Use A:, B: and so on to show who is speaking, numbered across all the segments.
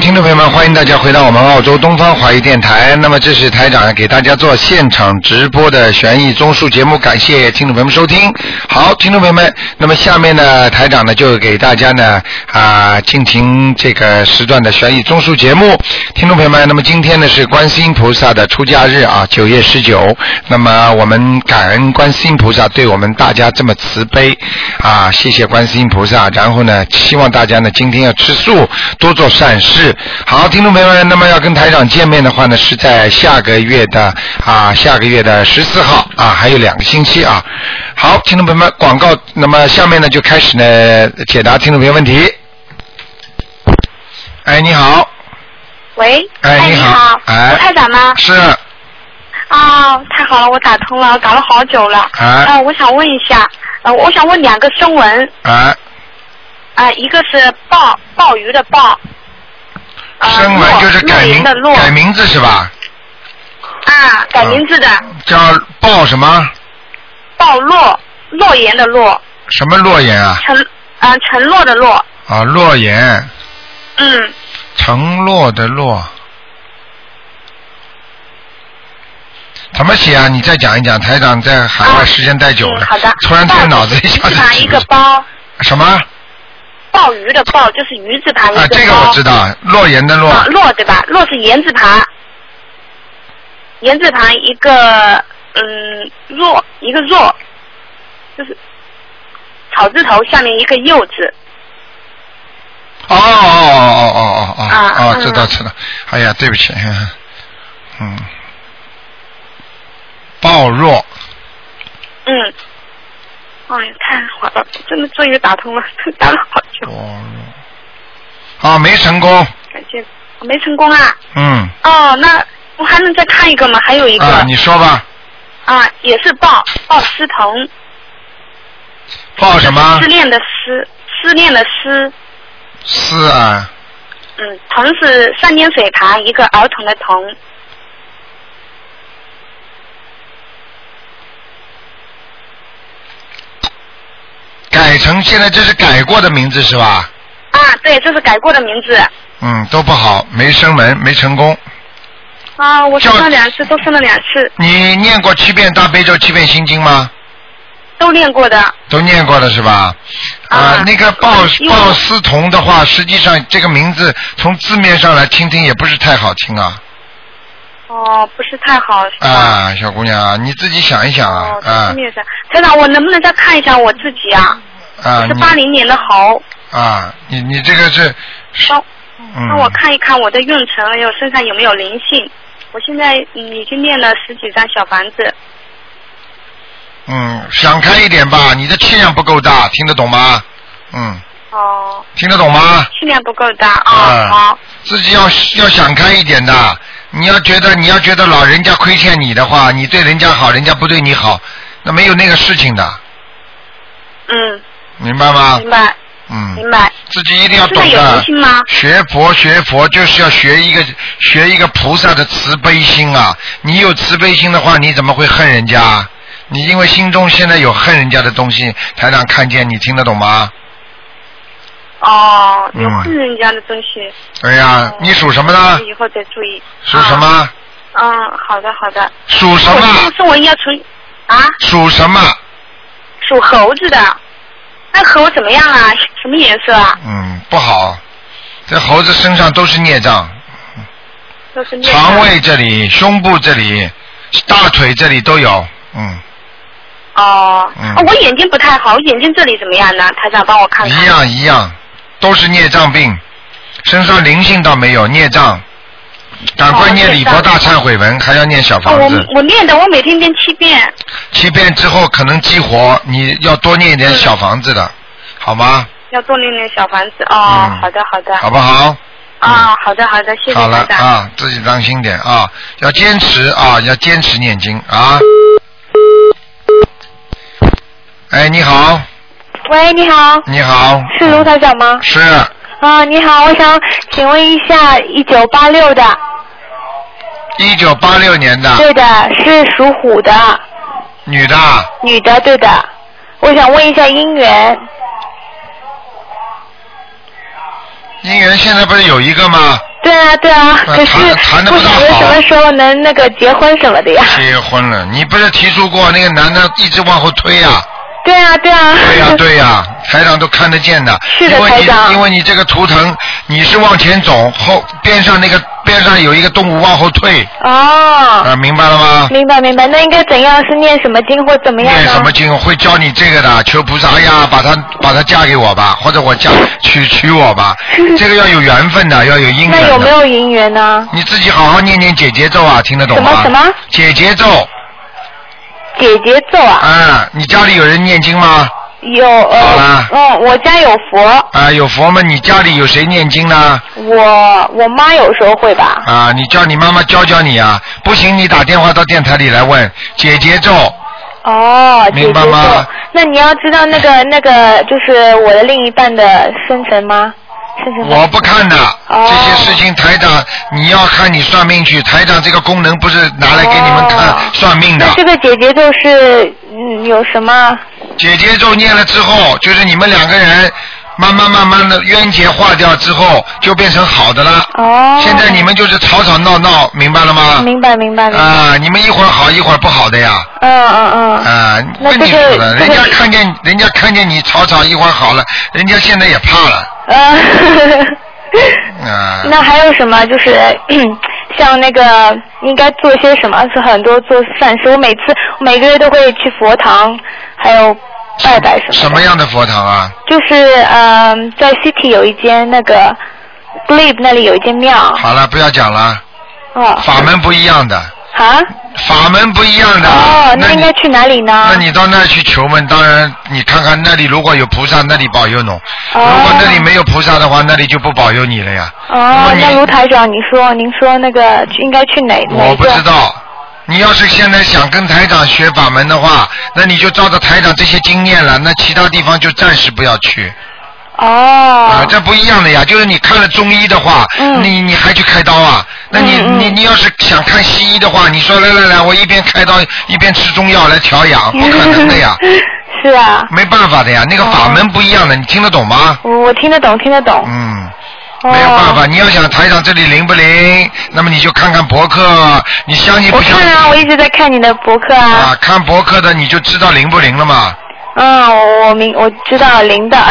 A: 听众朋友们，欢迎大家回到我们澳洲东方华语电台。那么这是台长给大家做现场直播的悬疑综述节目，感谢听众朋友们收听。好，听众朋友们，那么下面呢，台长呢就给大家呢啊进行这个时段的悬疑综述节目。听众朋友们，那么今天呢是观世音菩萨的出家日啊，九月十九。那么我们感恩观世音菩萨对我们大家这么慈悲啊，谢谢观世音菩萨。然后呢，希望大家呢今天要吃素，多做善事。好，听众朋友们，那么要跟台长见面的话呢，是在下个月的啊，下个月的十四号啊，还有两个星期啊。好，听众朋友们，广告，那么下面呢就开始呢解答听众朋友问题。哎，你好，
B: 喂，
A: 哎你
B: 你
A: 好
B: 好，
A: 哎
B: 卢台长吗？
A: 是
B: 啊，太好了，我打通了，打了好久了。
A: 哎
B: 呃，我想问一下，呃，我想问两个中文，
A: 哎，
B: 啊、一个是鲍鲍鱼的鲍，呃
A: 声纹就是
B: 洛
A: 改
B: 洛
A: 名
B: 言的洛
A: 改名字是吧？
B: 啊，改名字的
A: 叫鲍什么
B: 鲍洛，洛言的洛，
A: 什么洛言啊？
B: 陈啊、陈洛的洛，
A: 啊，洛言，
B: 嗯，
A: 承诺的诺。怎么写啊？你再讲一讲，台长在海外
B: 啊
A: 时间待久了，
B: 嗯好的。
A: 突然
B: 鲍
A: 间脑子一下子
B: 鱼字旁
A: 记
B: 一
A: 不
B: 个
A: 住
B: 包，
A: 什么啊？
B: 鲍鱼的鲍就是鱼字旁一个包。
A: 这个我知道，洛言的洛
B: 啊，洛对吧？洛是言字旁，言字旁一个嗯若一个若，就是草字头下面一个右字。
A: 哦哦哦哦哦哦
B: 啊
A: 哦，
B: 嗯
A: 知道知道。哎呀，对不起，嗯嗯，鲍若
B: 嗯。哎呀，太好了，真的终于打通了， 打了好久
A: 鲍，若，啊，没成功，
B: 感谢，没成功啊。
A: 嗯
B: 哦，那我还能再看一个吗？还有一个
A: 啊，你说吧，
B: 啊也是鲍鲍思彤，
A: 鲍什么
B: 失恋的失，失恋的失，
A: 思啊？
B: 嗯，童是三点水旁一个儿童的童，
A: 改成现在这是改过的名字是吧？
B: 啊，对，这是改过的名字。
A: 嗯，都不好，没升门，没成功。
B: 啊，我
A: 叫
B: 生了两次，都生了两次，
A: 你念过七遍大悲咒、七遍心经吗？
B: 都练过的。
A: 都念过了是吧？
B: 啊
A: 那个鲍
B: 因为我
A: 鲍思彤的话，实际上这个名字从字面上来听听也不是太好听啊
B: 哦，不是太好。是吧。
A: 啊，小姑娘啊，你自己想一想啊
B: 哦，
A: 啊
B: 是那个。台长，我能不能再看一下我自己啊？
A: 啊
B: 是八
A: 你
B: 零年的猴，
A: 啊你你这个是
B: 帮帮我
A: 嗯
B: 看一看我的运程，还有身上有没有灵性。我现在嗯已经练了十几张小房子。
A: 嗯想开一点吧，你的气量不够大，听得懂吗？嗯，
B: 哦，
A: 听得懂吗？
B: 气量不够大
A: 啊
B: 哦，好，
A: 自己要要想开一点的。你要觉得你要觉得老人家亏欠你的话，你对人家好，人家不对你好，那没有那个事情的，
B: 嗯，
A: 明白吗
B: 明？白
A: 嗯，
B: 明白。
A: 自己一定要
B: 现
A: 懂
B: 在有灵
A: 得
B: 性吗？
A: 学佛学佛就是要学一个学一个菩萨的慈悲心啊！你有慈悲心的话，你怎么会恨人家？你因为心中现在有恨人家的东西，台长看见你听得懂吗？
B: 哦，有
A: 嗯
B: 困人家的东西，
A: 对哎呀、你属什么呢？
B: 以后再注意。
A: 属什么？
B: 嗯，好的好的。
A: 属什
B: 我
A: 么
B: 是？不是我应该从啊
A: 属什么？
B: 属猴子的？那猴怎么样啊？什么颜色啊？
A: 嗯，不好，这猴子身上都是孽障，
B: 都是面
A: 肠胃这里、胸部这里、大腿这里都有。嗯，
B: 哦、
A: 嗯
B: 哦我眼睛不太好，我眼睛这里怎么样呢？台长帮我看看。
A: 一样一样，都是孽障病，身上灵性倒没有，孽障。赶快
B: 哦
A: 念
B: 孽
A: 礼佛
B: 障
A: 大忏悔文，还要念小
B: 哦，
A: 房子。
B: 我我念的，我每天念七遍。
A: 七遍之后可能激活，你要多念一
B: 嗯
A: 点小房子的，好吗？
B: 要多练练小房子哦、
A: 嗯
B: 好的好的
A: 好不好？嗯
B: 啊、好的好的，谢谢
A: 好了
B: 台长。
A: 啊，自己当心点啊，要坚持啊，要坚持念经啊。哎，你好，
C: 喂，你好，
A: 你好，
C: 是卢台长吗？
A: 是
C: 啊，你好，我想请问一下，一九八六的，
A: 啊一九八六年的
C: 对的，是属虎的，
A: 女的，
C: 女的，对的，我想问一下姻缘，
A: 姻缘现在不是有一个吗？
C: 对啊对啊，
A: 呃
C: 可是
A: 谈谈得
C: 不
A: 不大
C: 晓得
A: 好啊
C: 什么时候能那个结婚什么的呀？
A: 结婚了，你不是提出过那个男的一直往后推 呀、
C: 对啊对啊。
A: 对呀、对呀、台长都看得见的。
C: 是的
A: 因为
C: 台长
A: 你因为你这个图腾，你是往前走，后边上那个边上有一个动物往后退，啊、
C: 哦，
A: 明白了吗？
C: 明白明白，那应该怎样是念什么经或怎么样
A: 念
C: 呢？
A: 啊什么经会教你这个的？ 求菩萨哎呀，把她把她嫁给我吧，或者我嫁娶娶我 吧，这个要有缘分的，要有姻缘的。
C: 那有没有姻缘呢？
A: 你自己好好念念姐姐咒啊，听得懂吗？
C: 什么什么？
A: 姐姐咒
C: 姐姐咒啊，
A: 啊！你家里有人念经吗？
C: 有
A: 好
C: 呃
A: 啦，
C: 嗯，我家有佛，
A: 啊，有佛吗？你家里有谁念经呢？
C: 我我妈有时候会吧。
A: 啊，你叫你妈妈教教你啊！不行，你打电话到电台里来问姐姐咒。
C: 哦，姐姐
A: 明白吗
C: 咒。那你要知道那 个那个就是我的另一半的生辰吗？生辰吗
A: 我不看的、
C: 哦
A: 这些事情，台长你要看你算命去，台长这个功能不是拿来给你们看、
C: 哦
A: 算命的
C: 那。这个姐姐咒是嗯有什么？
A: 姐姐咒念了之后，就是你们两个人慢慢慢慢的冤结化掉之后，就变成好的了。
C: 哦，
A: 现在你们就是吵吵闹闹，明白了吗？
C: 明白明白明白，
A: 啊，你们一会儿好一会儿不好的呀。
C: 嗯嗯嗯，
A: 啊，
C: 那
A: 跟你
C: 这个
A: 说的，
C: 这
A: 人
C: 个
A: 家看见人家看见你吵吵一会儿好了，人家现在也怕了。
C: 呃，
A: 啊，
C: 那还有什么？就是 像那个应该做些什么？是很多做善事。我每次每个月都会去佛堂，还有拜拜什么的。
A: 什么样的佛堂啊？
C: 就是嗯、在 City 有一间那个 Believe 那里有一间庙。
A: 好了，不要讲了，
C: 哦。
A: 法门不一样的，
C: 啊？
A: 法门不一样的。
C: 哦，
A: 那
C: 那应该
A: 你
C: 去哪里呢？
A: 那你到那儿去求问，当然你看看那里如果有菩萨，那里保佑侬；
C: 哦
A: 如果那里没有菩萨的话，那里就不保佑你了呀。
C: 哦，
A: 那
C: 那
A: 你
C: 卢台长，你说您说那个去应该去哪哪
A: 我
C: 一
A: 不
C: 个？
A: 知道。你要是现在想跟台长学法门的话，那你就照着台长这些经验了，那其他地方就暂时不要去。
C: 哦。
A: 啊，这不一样的呀，就是你看了中医的话，
C: 嗯
A: 你你还去开刀啊？那你、
C: 嗯嗯
A: 你你要是想看西医的话，你说来来来，我一边开刀一边吃中药来调养，不可能的呀，。
C: 是啊，
A: 没办法的呀，那个法门不一样的，你听得懂吗？
C: 我我听得懂，听得懂。
A: 嗯。
C: 哦
A: 没有办法，你要想台长这里灵不灵，那么你就看看博客，你相信
C: 我
A: 不相信
C: 看啊，我一直在看你的博客啊。
A: 啊？看博客的你就知道灵不灵了 嘛，
C: 嗯，我我明我知道灵的。
A: 啊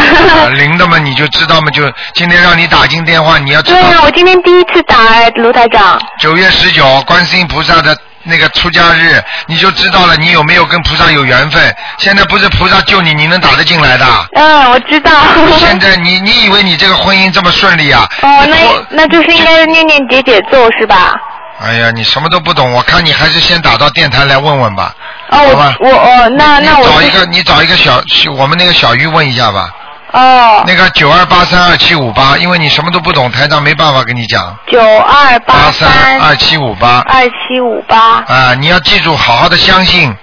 A: 灵的嘛你就知道嘛，就今天让你打进电话，你要知
C: 对
A: 道
C: 啊，我今天第一次打哎，卢台长。
A: 九月十九，观世音菩萨的那个出家日，你就知道了你有没有跟菩萨有缘分。现在不是菩萨救你，你能打得进来的。
C: 嗯，我知道。
A: 现在你你以为你这个婚姻这么顺利啊？
C: 哦，
A: 你
C: 那
A: 脱
C: 那就是应该念念解解咒是吧？
A: 哎呀，你什么都不懂，我看你还是先打到电台来问问吧。
C: 哦，
A: 好吧
C: 我我哦，那
A: 你
C: 那我
A: 找一
C: 就
A: 个，你找一个小小我们那个小玉问一下吧。
C: 哦，
A: 那个九二八三二七五八，因为你什么都不懂，台长没办法跟你讲。
C: 九二八
A: 三二七五八。
C: 二七五八。
A: 啊，你要记住，好好的相信，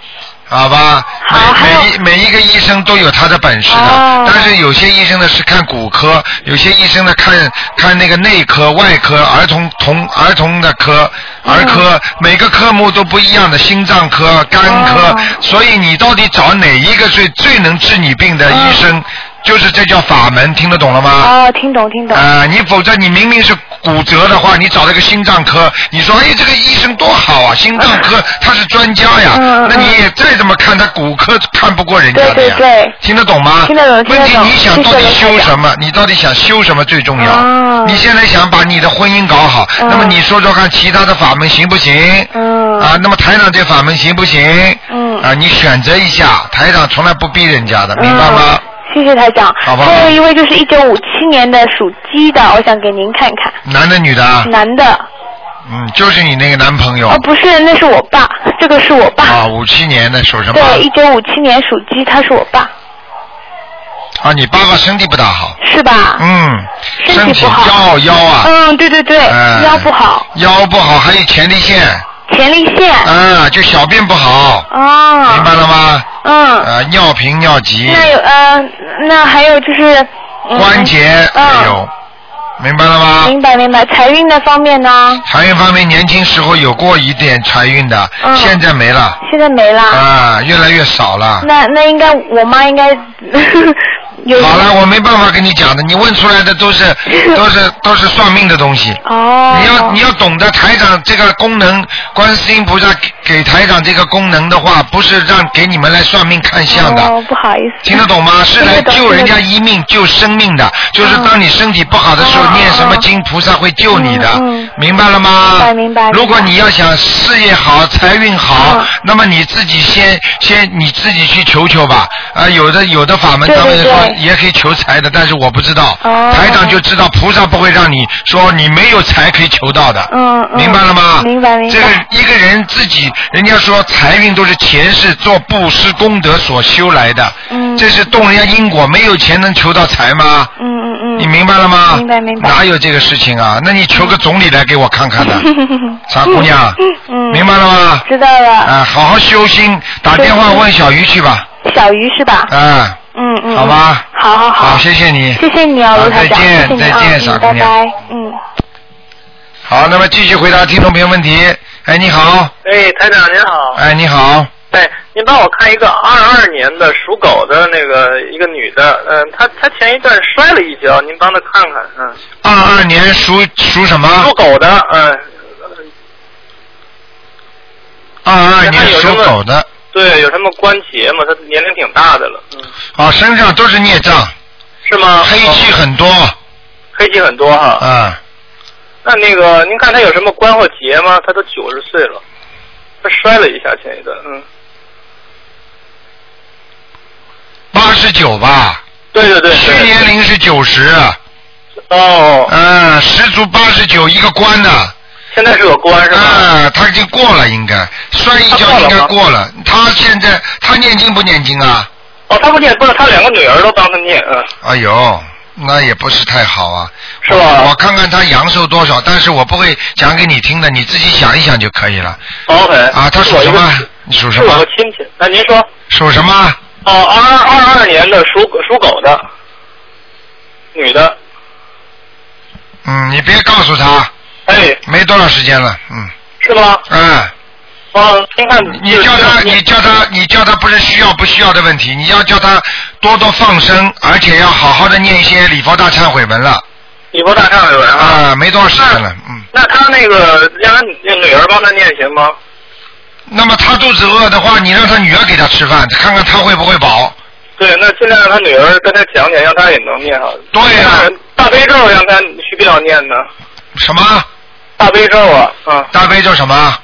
A: 好吧？
C: 好还有
A: 每每一每一个医生都有他的本事的，
C: 哦
A: 但是有些医生呢是看骨科，有些医生呢看看那个内科、外科、儿童童儿童的科、
C: 嗯
A: 儿科，每个科目都不一样的，心脏科、肝科，
C: 哦
A: 所以你到底找哪一个最最能治你病
C: 嗯
A: 的医生？就是这叫法门，听得懂了吗？
C: 哦，听懂听懂。
A: 啊、你否则你明明是骨折的话，你找了个心脏科，你说哎这个医生多好啊，心脏科他是专家呀，
C: 嗯嗯
A: 那你也再怎么看他骨科看不过人家
C: 对
A: 的
C: 对
A: 呀，
C: 对。
A: 听得懂吗？
C: 听得懂听得
A: 问题
C: 懂
A: 你想
C: 谢谢
A: 到底
C: 罗台
A: 修
C: 长
A: 什么？你到底想修什么最重要？
C: 哦
A: 你现在想把你的婚姻搞好，
C: 嗯
A: 那么你说说看其他的法门行不行？
C: 嗯。
A: 啊，那么台长这法门行不行？
C: 嗯
A: 啊，你选择一下，台长从来不逼人家的，明白吗？
C: 嗯谢谢台长。
A: 好吧
C: 还有一位就是一九五七年的属鸡的，我想给您看看，
A: 男的女的啊？
C: 男的。
A: 嗯，就是你那个男朋友。
C: 哦，不是，那是我爸，这个是我爸。
A: 啊，五七年的属什么？
C: 对，一九五七年属鸡，他是我爸，
A: 啊，你爸爸身体不大好。
C: 是吧？
A: 嗯，
C: 身
A: 身
C: 体
A: 体
C: 不好
A: 腰腰啊，
C: 嗯，对对对，
A: 哎
C: 腰不好，
A: 腰不好，还有前列腺，
C: 前列腺。
A: 啊，就小便不好，
C: 哦。
A: 明白了吗？
C: 嗯，
A: 啊，尿频尿急，
C: 那有呃，那还有就是。嗯
A: 关节也有，啊明白了吗？
C: 明白明白，财运那方面呢，
A: 财运方面，年轻时候有过一点财运的，
C: 嗯
A: 现在没了，啊
C: 现在没啦。
A: 啊，越来越少了。
C: 嗯那那应该我妈应该有有
A: 好了，我没办法跟你讲的，你问出来的 都是都是都是算命的东西。
C: 哦，
A: 你要你要懂得台长这个功能，观世音菩萨给给台长这个功能的话，不是让给你们来算命看相的，
C: 哦，不好意思，
A: 听得懂吗？是来
C: 听得懂
A: 救人
C: 听
A: 家
C: 得懂
A: 一命、救生命的，就是当你身体不好的时候，
C: 哦
A: 念什么经，菩萨会救你的
C: 嗯嗯，
A: 明白了吗？
C: 明白明白
A: 如果
C: 明白
A: 你要想事业好、财运好
C: 嗯，
A: 那么你自己先先你自己去求求吧。啊，有的有的法门
C: 对
A: 他们
C: 对
A: 说
C: 对
A: 也可以求财的，但是我不知道，
C: 哦
A: 台长就知道菩萨不会让你说你没有财可以求到的。
C: 嗯嗯，
A: 明白了吗？
C: 明白明
A: 这个
C: 白，
A: 一个人自己，人家说财运都是前世做布施功德所修来的，
C: 嗯
A: 这是动人家因果，没有钱能求到财吗？
C: 嗯嗯嗯，
A: 你明白了吗？
C: 明白明白
A: 哪有这个事情啊？那你求个总理来给我看看的， 傻姑娘，
C: 嗯，
A: 明白了吗？
C: 知道了，
A: 啊，好好修心，打电
C: 嗯
A: 话问小鱼去吧。
C: 小鱼是吧？
A: 啊，
C: 嗯嗯，
A: 好吧
C: 嗯，好好
A: 好，谢谢你。
C: 谢谢你啊，
A: 好
C: 卢台长，
A: 再见
C: 谢谢你啊，
A: 再见
C: 嗯
A: 傻姑
C: 拜
A: 娘
C: 拜，嗯。
A: 好，那么继续回答听众朋友问题。哎，你好，
D: 哎，台长您好。
A: 哎，你好，
D: 哎，您帮我看一个二二年的属狗的那个一个女的，嗯、她她前一段摔了一跤，您帮她看看，嗯，
A: 二二年属属什么？
D: 属狗的，嗯、
A: 二二年属狗的，
D: 对，有什么关节吗？她年龄挺大的了，嗯，
A: 啊，身上都是孽障，
D: 是吗？
A: 黑气
D: 哦
A: 很多，
D: 黑气很多哈。
A: 啊，
D: 那那个您看她有什么关或节吗？她都九十岁了，她摔了一下前一段，嗯，
A: 八十九吧，
D: 对对对，对
A: 虚年龄是九十，
D: 哦，
A: 嗯，十足八十九一个关的，
D: 现在是个关是吧？
A: 啊，他已经过了，应该摔一跤应该过了。他现在他念经不念经啊？
D: 哦，她不念，不是，她两个女儿都帮她念，嗯，
A: 哎呦，那也不是太好啊。
D: 是吧？
A: 我看看他阳寿多少，但是我不会讲给你听的，你自己想一想就可以了。
D: OK
A: 啊，他属什么？你属什
D: 哎是我
A: 么
D: 个？亲戚。那您说，
A: 属什么？
D: 哦，二二二年的属属狗的，女的，
A: 嗯，你别告诉他，
D: 哎，
A: 没多少时间了，嗯，
D: 是吗？
A: 嗯，
D: 哦，您看，
A: 你叫他，你叫他，你叫他不是需要不需要的问题，你要叫他多多放生，而且要好好的念一些礼佛大忏悔文了
D: 你不大忏悔文啊？
A: 啊，没多少时间了，嗯。
D: 那他那个让他女儿帮他念行吗？
A: 那么他肚子饿的话，你让他女儿给他吃饭，看看他会不会饱。
D: 对，那尽量让他女儿跟他讲讲，让他也能念好。
A: 对啊
D: 呀，大悲咒让他需不需要念呢？
A: 什么？
D: 大悲咒啊，啊，
A: 大悲咒什么？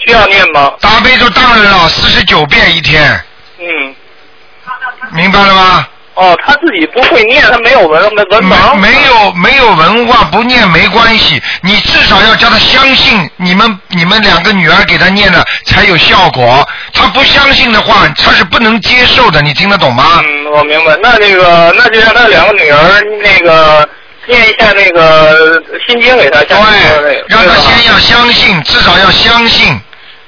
D: 需要念吗？
A: 大悲咒当然了，四十九遍一天，
D: 嗯，
A: 明白了吗？
D: 哦，他自己不会念，他没有文文文盲，
A: 没没有没有文化不念没关系，你至少要叫他相信你们你们两个女儿给他念了才有效果。他不相信的话，他是不能接受的，你听得懂吗？
D: 嗯，我明白。那那个，那就让他两个女儿那个念一下那个心经给他，
A: 对
D: 下面说那个，
A: 让他
D: 对吧
A: 先要相信，至少要相信。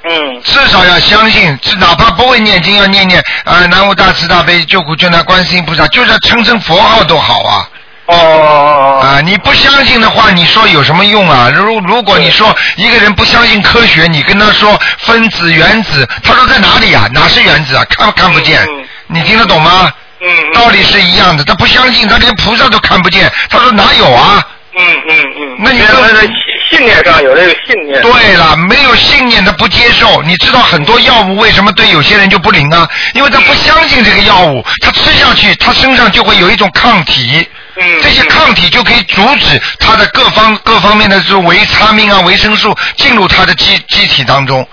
D: 嗯，
A: 至少要相信，至哪怕不会念经，要念念呃南无大慈大悲救苦救难观世音菩萨，就是称称佛号多好啊！
D: 哦哦
A: 啊、
D: 哦
A: 你不相信的话，你说有什么用啊？如如果你说一个人不相信科学，你跟他说分子原子，他说在哪里啊？哪是原子啊？看看不见
D: 嗯嗯，
A: 你听得懂吗？
D: 嗯，
A: 道理是一样的，他不相信，他连菩萨都看不见，他说哪有啊？
D: 嗯嗯嗯，
A: 那你
D: 让
A: 就
D: 他的信信念上有这个信念，
A: 对了，没有信念他不接受。你知道很多药物为什么对有些人就不灵啊？因为他不相信这个药物，他吃下去，他身上就会有一种抗体。
D: 嗯，
A: 这些抗体就可以阻止他的各方各方面的这种维他命啊、维生素进入他的机机体当中。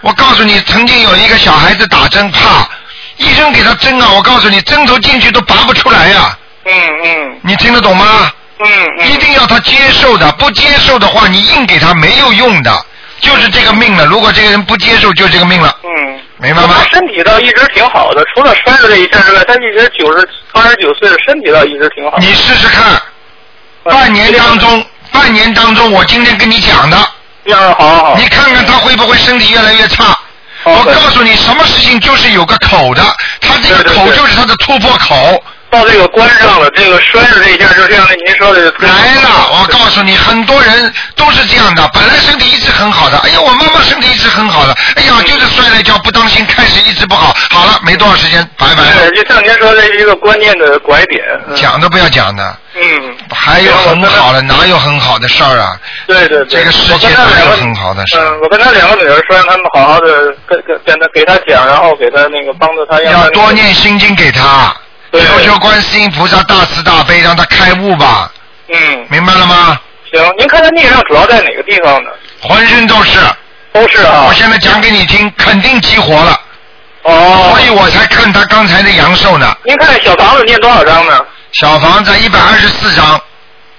A: 我告诉你，曾经有一个小孩子打针怕，医生给他针啊，我告诉你，针头进去都拔不出来呀、啊
D: 嗯嗯
A: 你听得懂吗？
D: 嗯嗯，
A: 一定要他接受的，不接受的话，你硬给他没有用的，就是这个命了。如果这个人不接受，就这个命了，
D: 嗯。
A: 明白吗
D: 他？身体倒一直挺好的，除了摔了这一下之外，他一直九十八十九岁的身体倒一直挺好。
A: 你试试看，半年当中，
D: 嗯
A: 半年当中，我今天跟你讲的，
D: 样儿嗯好好好，
A: 你看看他会不会身体越来越差？
D: 好
A: 我
D: 的
A: 告诉你，什么事情就是有个口的，他这
D: 对
A: 个
D: 对
A: 口
D: 对
A: 就是他的突破口。
D: 到这个关上了，这个摔了这一下，就像您说的，
A: 来了，我告诉你，很多人都是这样的，本来身体一直很好的，哎呀，我妈妈身体一直很好的，哎呀，就是摔了一跤，不当心开始一直不好，好了，没多少时间，拜拜了，
D: 对，就像您说的一个关键的拐点。嗯
A: 讲都不要讲的，
D: 嗯，
A: 还有很好的，哪有很好的事儿啊？
D: 对对对，
A: 这个世界哪有很好的事
D: 我跟他两个嗯，我跟他两个女儿说，让他们好好的跟跟跟他给他讲，然后给他那个帮助他，让他
A: 要多念心经给他，
D: 对
A: 求求观世音菩萨大慈大悲，让他开悟吧，
D: 嗯，
A: 明白了吗？
D: 行，您看他孽障主要在哪个地方呢？
A: 浑身都是，
D: 都是啊
A: 我。现在讲给你听，肯定激活了，
D: 哦。
A: 所以我才看他刚才的阳寿呢。
D: 您看小房子念多少章呢？
A: 小房子一百二十四张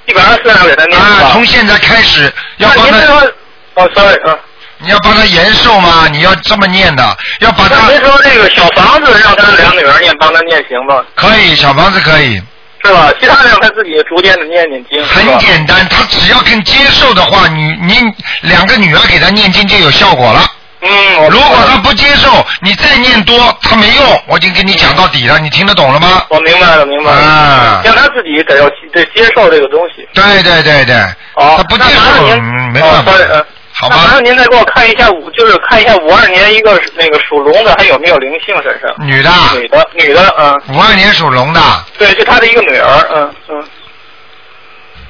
D: 一百二十四章给他念吧
A: 啊，从现在开始要
D: 那
A: 帮
D: 您这
A: 他，
D: 个，哦，sorry 啊。
A: 你要帮他延寿嘛，你要这么念的，要把
D: 那
A: 他
D: 您说这个小房子让他两女儿念，帮他念行吗？
A: 可以小房子可以，
D: 是吧？其他让他自己逐渐的念念经，是
A: 很
D: 吧？
A: 简单，他只要肯接受的话，你你两个女儿给他念经就有效果了。
D: 嗯，我
A: 如果他不接受，你再念多他没用，我已经跟你讲到底了，你听得懂了吗？
D: 我明白了，明白了。
A: 啊
D: 让他自己得要得接受这个东西。
A: 对对对对，
D: 哦，
A: 他不接
D: 那麻
A: 受，
D: 烦您
A: 嗯没办法
D: 哦，sorry，嗯，
A: 好
D: 那麻
A: 吧
D: 烦？您再给我看一下五，就是看一下五二年一个那个属龙的还有没有灵性身上。
A: 女的，
D: 女的，女的，嗯，
A: 五二年属龙的，
D: 对，就他的一个女儿，嗯嗯，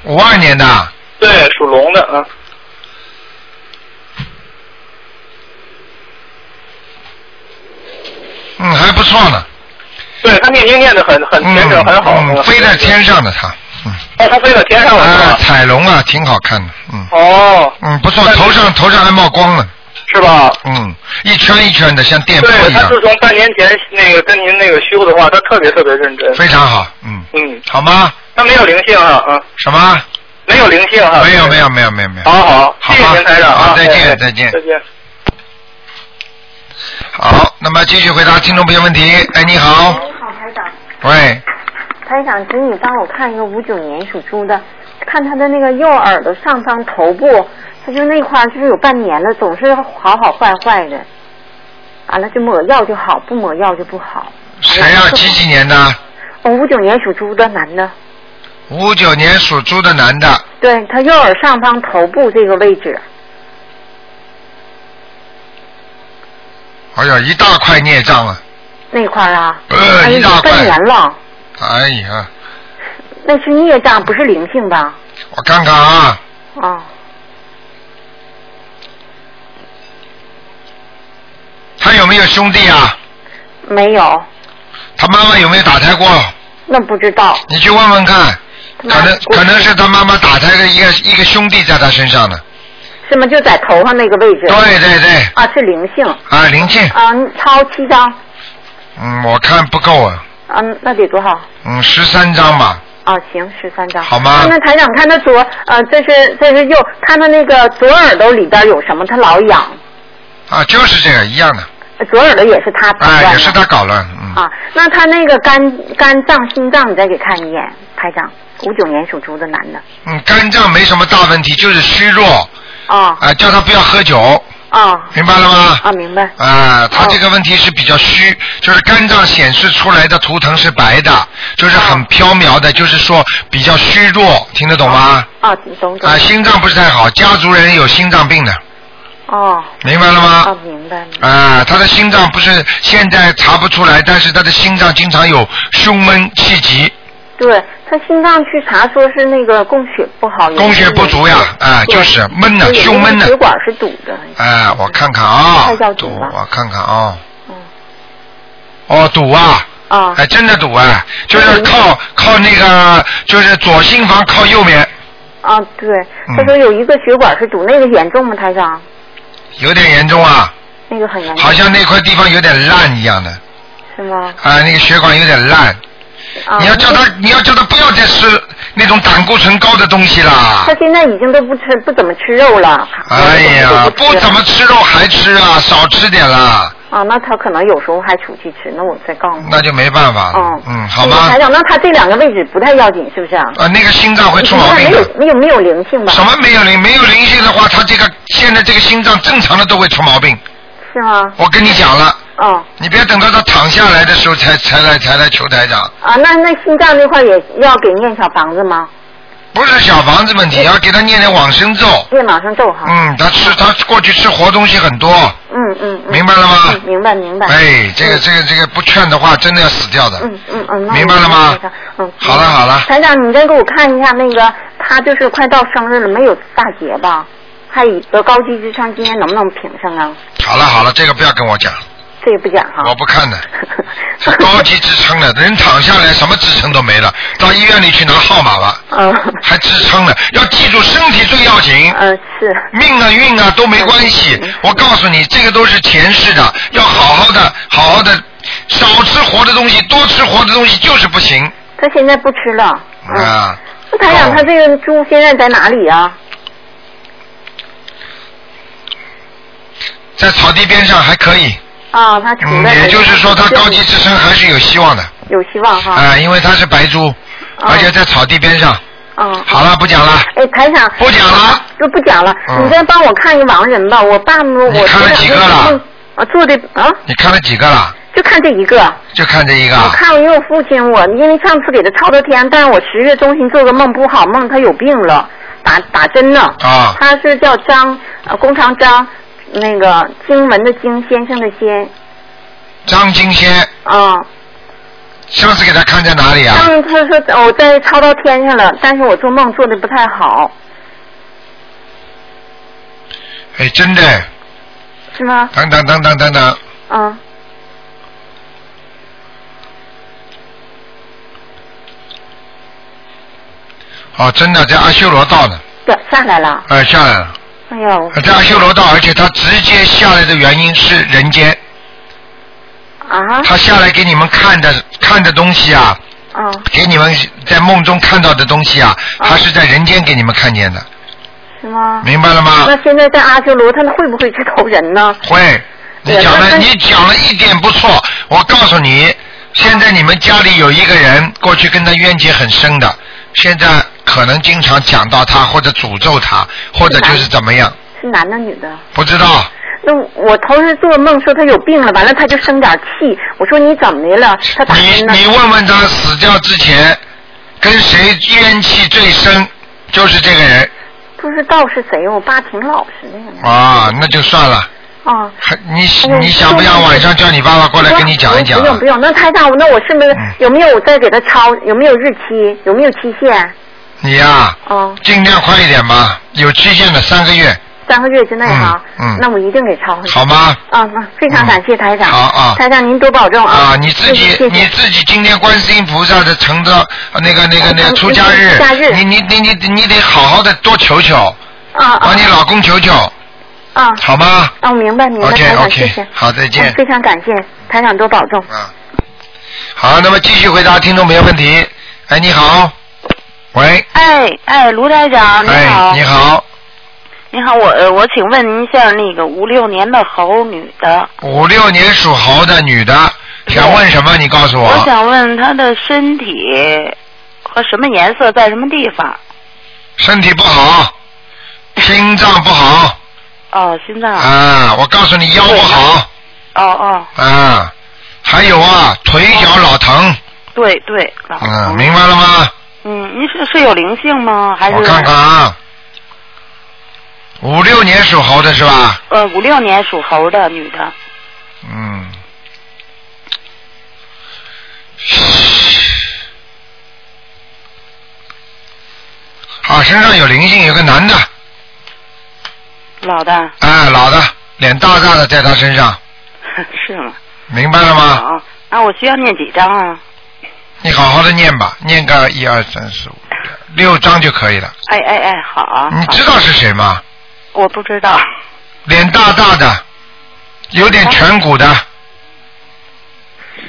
A: 五二年的，
D: 对，属龙的，嗯。
A: 嗯，还不错呢，
D: 对他念经念的很很虔诚，
A: 嗯，
D: 很好，
A: 嗯，飞在天上的他，嗯，
D: 哦，他飞到天上了是
A: 啊，
D: 吧？
A: 彩龙啊，挺好看的，嗯
D: 哦，
A: 嗯，不错，头上头上还冒光呢，
D: 是吧？
A: 嗯，一圈一圈的，像电波
D: 对
A: 一
D: 他
A: 样
D: 自，从半年前那个跟您那个修的话，他特别特别认真。
A: 非常好，嗯，
D: 嗯，
A: 好吗？
D: 他没有灵性啊，嗯，
A: 什么？
D: 没有灵性啊。
A: 没有没有。没有没有没有
D: 好。好，
A: 好吧
D: 谢谢您台长
A: 好
D: 啊，
A: 再见
D: 哎哎
A: 再见
D: 再见。
A: 好，那么继续回答听众朋友问题。哎，你好，
E: 喂，好，台长，
A: 喂，
E: 台长，请你帮我看一个五九年属猪的，看他的那个右耳朵上方头部，他就那块儿就是有半年了，总是好好坏坏的，完了就抹药就好，不抹药就不好。
A: 谁呀、几几年的？
E: 我五九年属猪的男的，
A: 五九年属猪的男的，
E: 对他右耳上方头部这个位置，
A: 哎呀，一大块孽障啊！
E: 那块儿啊，
A: 呃
E: 哎呀
A: 一大块
E: 半年了，
A: 哎呀，
E: 那是孽障，不是灵性吧？
A: 我看看啊，
E: 啊、
A: 他有没有兄弟啊？
E: 没有，
A: 他妈妈有没有打胎过？
E: 那不知道。
A: 你去问问看，
E: 他妈
A: 可能
E: 我
A: 可能是他妈妈打胎的一个一个兄弟在他身上呢。
E: 是吗？就在头上那个位置。
A: 对对对，
E: 啊，是灵性。
A: 啊，灵性，
E: 啊，超七张，
A: 嗯，我看不够啊，
E: 啊，那得多少？
A: 嗯，十三张吧，
E: 啊，行，十三张。
A: 好吗
E: 那台长看他左，呃，这是这是右，看他那个左耳朵里边有什么，他老痒，
A: 啊，就是这个一样的，
E: 左耳朵也是他
A: 啊，
E: 乱
A: 也是
E: 的
A: 他搞乱，嗯。
E: 啊，那他那个肝肝脏、心脏，你再给看一眼，台长，五九年属猪的男的。
A: 嗯，肝脏没什么大问题，就是虚弱啊、
E: 啊
A: 叫他不要喝酒，
E: 啊
A: 明白了吗？
E: 啊，明白。哦
A: 啊、他这个问题是比较虚，就是肝脏显示出来的图腾是白的，就是很飘渺
E: 哦
A: 的，就是说比较虚弱，听得懂吗？
E: 啊，懂懂
A: 啊、。心脏不是太好，家族人有心脏病的，
E: 哦，
A: 明白了
E: 啊
A: 吗？，
E: 明白。明白
A: 啊、他的心脏不是现在查不出来，但是他的心脏经常有胸闷气急，
E: 对他心脏去查，说是那个供血不好，有
A: 供血不足呀
E: 那个
A: 啊
E: 对
A: 就是闷呐
E: 对有
A: 胸闷呐
E: 那个血管是堵的。
A: 哎、我看看啊
E: 太要，
A: 赌，
E: 紧了
A: 我看看啊，
E: 嗯
A: 哦，赌啊，
E: 啊
A: 哎，真的赌啊，
E: 嗯
A: 就是靠靠那个，就是左心房靠右面，
E: 啊，对，
A: 嗯
E: 他说有一个血管是堵，那个严重吗，台长？
A: 有点严重啊，
E: 那个很严重，
A: 好像那块地方有点烂一样的，
E: 是吗？
A: 啊，那个血管有点烂，
E: 啊，
A: 你要叫他，你要叫他不要再吃那种胆固醇高的东西啦
E: 他。现在已经都不吃，不怎么吃肉了。
A: 哎呀，
E: 不
A: 不怎么吃肉还吃啊，少吃点啦，
E: 啊，那他可能有时候还出去吃，那我再告诉你。
A: 那就没办法了
E: 嗯，
A: 嗯，好
E: 那个
A: 吗
E: 台？长，那他这两个位置不太要紧，是不是啊？
A: 啊，那个心脏会
E: 你
A: 出
E: 看
A: 毛
E: 他
A: 病
E: 没有
A: 的。
E: 没有没有灵性吧？
A: 什么没有灵？没有灵性的话，他这个现在这个心脏正常的都会出毛病。
E: 是吗？
A: 我跟你讲了，
E: 哦
A: 你别等到他躺下来的时候才才来才来求台长，
E: 啊，那那心脏那块也要给念小房子吗？
A: 不是小房子问题，要给他念点往生咒。
E: 念往上咒哈。
A: 嗯，他吃他过去吃活东西很多，
E: 嗯嗯嗯。
A: 明白了吗
E: 嗯明白明白。
A: 哎，这个这个这个不劝的话，真的要死掉的。
E: 嗯嗯嗯，那我
A: 明白了吗
E: 明白嗯，
A: 好了好了
E: 台长，你再给我看一下那个，他就是快到生日了，没有大劫吧？还有一个高级智商，今天能不能评上啊？
A: 好了好了，这个不要跟我讲，
E: 这也不讲哈。
A: 我不看 的。是高级支撑的，人躺下来什么支撑都没了，到医院里去拿号码了，
E: 嗯
A: 还支撑了。要记住，身体最要紧，
E: 嗯是嗯
A: 命啊运啊都没关系。我告诉你，这个都是前世的，要好好的，好好的，少吃活的东西，多吃活的东西就是不行
E: 他现在不吃了。嗯。
A: 啊。
E: 那台长，
A: 哦
E: 他这个猪现在在哪里啊？
A: 在草地边上还可以，
E: 啊，他处
A: 嗯，
E: 在。
A: 也就是说它高级支撑还是有希望的
E: 有希望哈。
A: 啊，因为它是白猪，
E: 哦
A: 而且在草地边上。
E: 嗯。嗯
A: 好了，不讲了，
E: 哎，台长，
A: 不讲了。
E: 就不讲了。
A: 嗯
E: 你再帮我看一亡人吧，我爸妈我
A: 你看了几个
E: 前两天
A: 了
E: 啊，做的啊，
A: 你看了几个了？
E: 就看这一个。
A: 就看这一个啊。
E: 我看了，因为我父亲我因为上次给他超的天，但是我十月中旬做个梦不好梦，他有病了，打打针呢。
A: 啊
E: 他是叫张，呃，工长张，那个经文的经，先生的先，
A: 张金仙，
E: 啊、
A: 上次给他看在哪里啊？
E: 上次他说我哦在超到天上了，但是我做梦做的不太好，
A: 哎，真的，
E: 是吗？
A: 等等等等等等，
E: 嗯，
A: 哦，真的在阿修罗道呢，
E: 掉下来了。
A: 呃，下来了，
E: 哎呦，
A: 在啊阿修罗道，而且他直接下来的原因是人间，
E: 啊，
A: 他下来给你们看的看的东西啊，
E: 嗯，
A: 给你们在梦中看到的东西啊，
E: 啊
A: 他是在人间给你们看见的，
E: 是吗？
A: 明白了吗？
E: 那现在在阿修罗，他会不会是投人呢？
A: 会，你
E: 对
A: 讲
E: 那
A: 了，
E: 但
A: 你讲了一点不错。我告诉你，现在你们家里有一个人，过去跟他冤结很深的，现在可能经常讲到他，或者诅咒他，或者就是怎么样，
E: 是男的女的？
A: 不知道。
E: 那我头一次做梦说他有病了，完了他就生点气，我说你怎么的了？他打
A: 你
E: 针呢？
A: 你问问他死掉之前跟谁冤气最深，就是这个人
E: 不知道是谁，我爸挺老实的呀。
A: 啊，那就算了。
E: 啊，
A: 还你
E: 哎呦
A: 你想不想晚上叫你爸爸过来跟你讲一讲
E: 不用
A: 啊
E: 不？用，那太大，那我是不是
A: 嗯
E: 有没有再给他抄？有没有日期？有没有期限？
A: 你呀、
E: 啊，
A: 尽量快一点吧，有期限的三个月。
E: 三个月之内哈。
A: 嗯嗯
E: 那我一定给抄回去。
A: 好吗？
E: 啊，那非常感谢台长。
A: 嗯好啊
E: 台长您多保重
A: 啊，你自己
E: 谢谢谢
A: 你
E: 谢。
A: 自己今天观世音菩萨的成的那个那个那个
E: 嗯
A: 出家日，
E: 出家日
A: 你你你你你得好好的多求求，
E: 啊啊
A: 帮你老公求求，
E: 啊
A: 好吗？
E: 啊！我明白明白，
A: OK，
E: 台长
A: OK，
E: 谢谢。
A: 好再见
E: 啊非常感谢台长，多保重。
A: 啊，好，那么继续回答听众朋友问题。哎，你好，喂，
F: 哎哎，卢台长，你好，
A: 哎，你好，
F: 你好，我呃，我请问您一下，那个五六年的猴女的，
A: 五六年属猴的女的，想问什么？你告诉
F: 我
A: 我。
F: 想问她的身体和什么颜色，在什么地方？
A: 身体不好，心脏不好
F: 哦，心脏，
A: 啊，我告诉你腰不好
F: 哦哦，
A: 啊，还有啊腿脚老疼。
F: 对对，老
A: 嗯，
F: 头
A: 明白了吗？
F: 嗯，您是是有灵性吗？还是
A: 我看看啊，五六年属猴的是吧？
F: 呃，五六年属猴的女的，
A: 嗯。嗯啊，身上有灵性，有个男的，
F: 老的，
A: 哎，老的，脸大大的，在他身上，
F: 是吗？
A: 明白了吗？
F: 哦，那我需要念几张啊？
A: 你好好的念吧，念个一二三四五六章就可以了。
F: 哎哎哎，好啊，
A: 你
F: 好
A: 知道是谁吗？
F: 我不知道，
A: 脸大大的，有点颧骨的，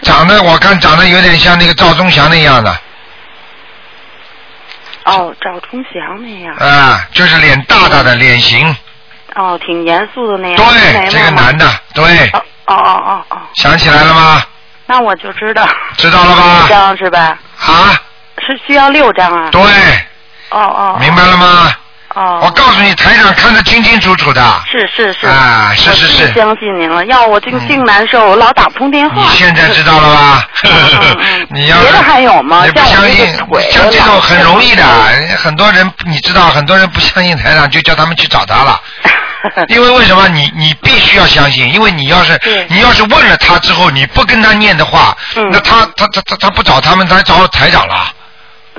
A: 长得我看长得有点像那个赵忠祥那样的，
F: 哦，赵忠祥那样，
A: 啊，就是脸大大的脸型，
F: 哦，挺严肃的那样，是
A: 对，
F: 谁
A: 这个
F: 妈妈
A: 男的，对，
F: 哦哦哦哦，哦，
A: 想起来了吗？
F: 那我就知道。
A: 知道了
F: 六
A: 吧？
F: 张是吧？
A: 啊，
F: 是需要六张啊。
A: 对，
F: 哦哦。
A: 明白了吗？
F: 哦哦
A: 我告诉你，台长看得清清楚楚的。
F: 是是是
A: 啊是是是
F: 我真相信您了。要我这个
A: 嗯
F: 净难受，我老打不通电话。
A: 你现在知道了吧 ？
F: 嗯嗯
A: 你要是
F: 别的还有吗
A: 你不
F: 像我
A: 相
F: 这个
A: 信
F: 腿，
A: 像这
F: 我
A: 种
F: 老
A: 很容易 的，很多人你知道，很多人不相信台长，就叫他们去找他 了。因为为什么你你必须要相信？因为你要是
F: 对
A: 你要是问了他之后，你不跟他念的话，
F: 嗯
A: 那他他他他他不找他们，他找台长了。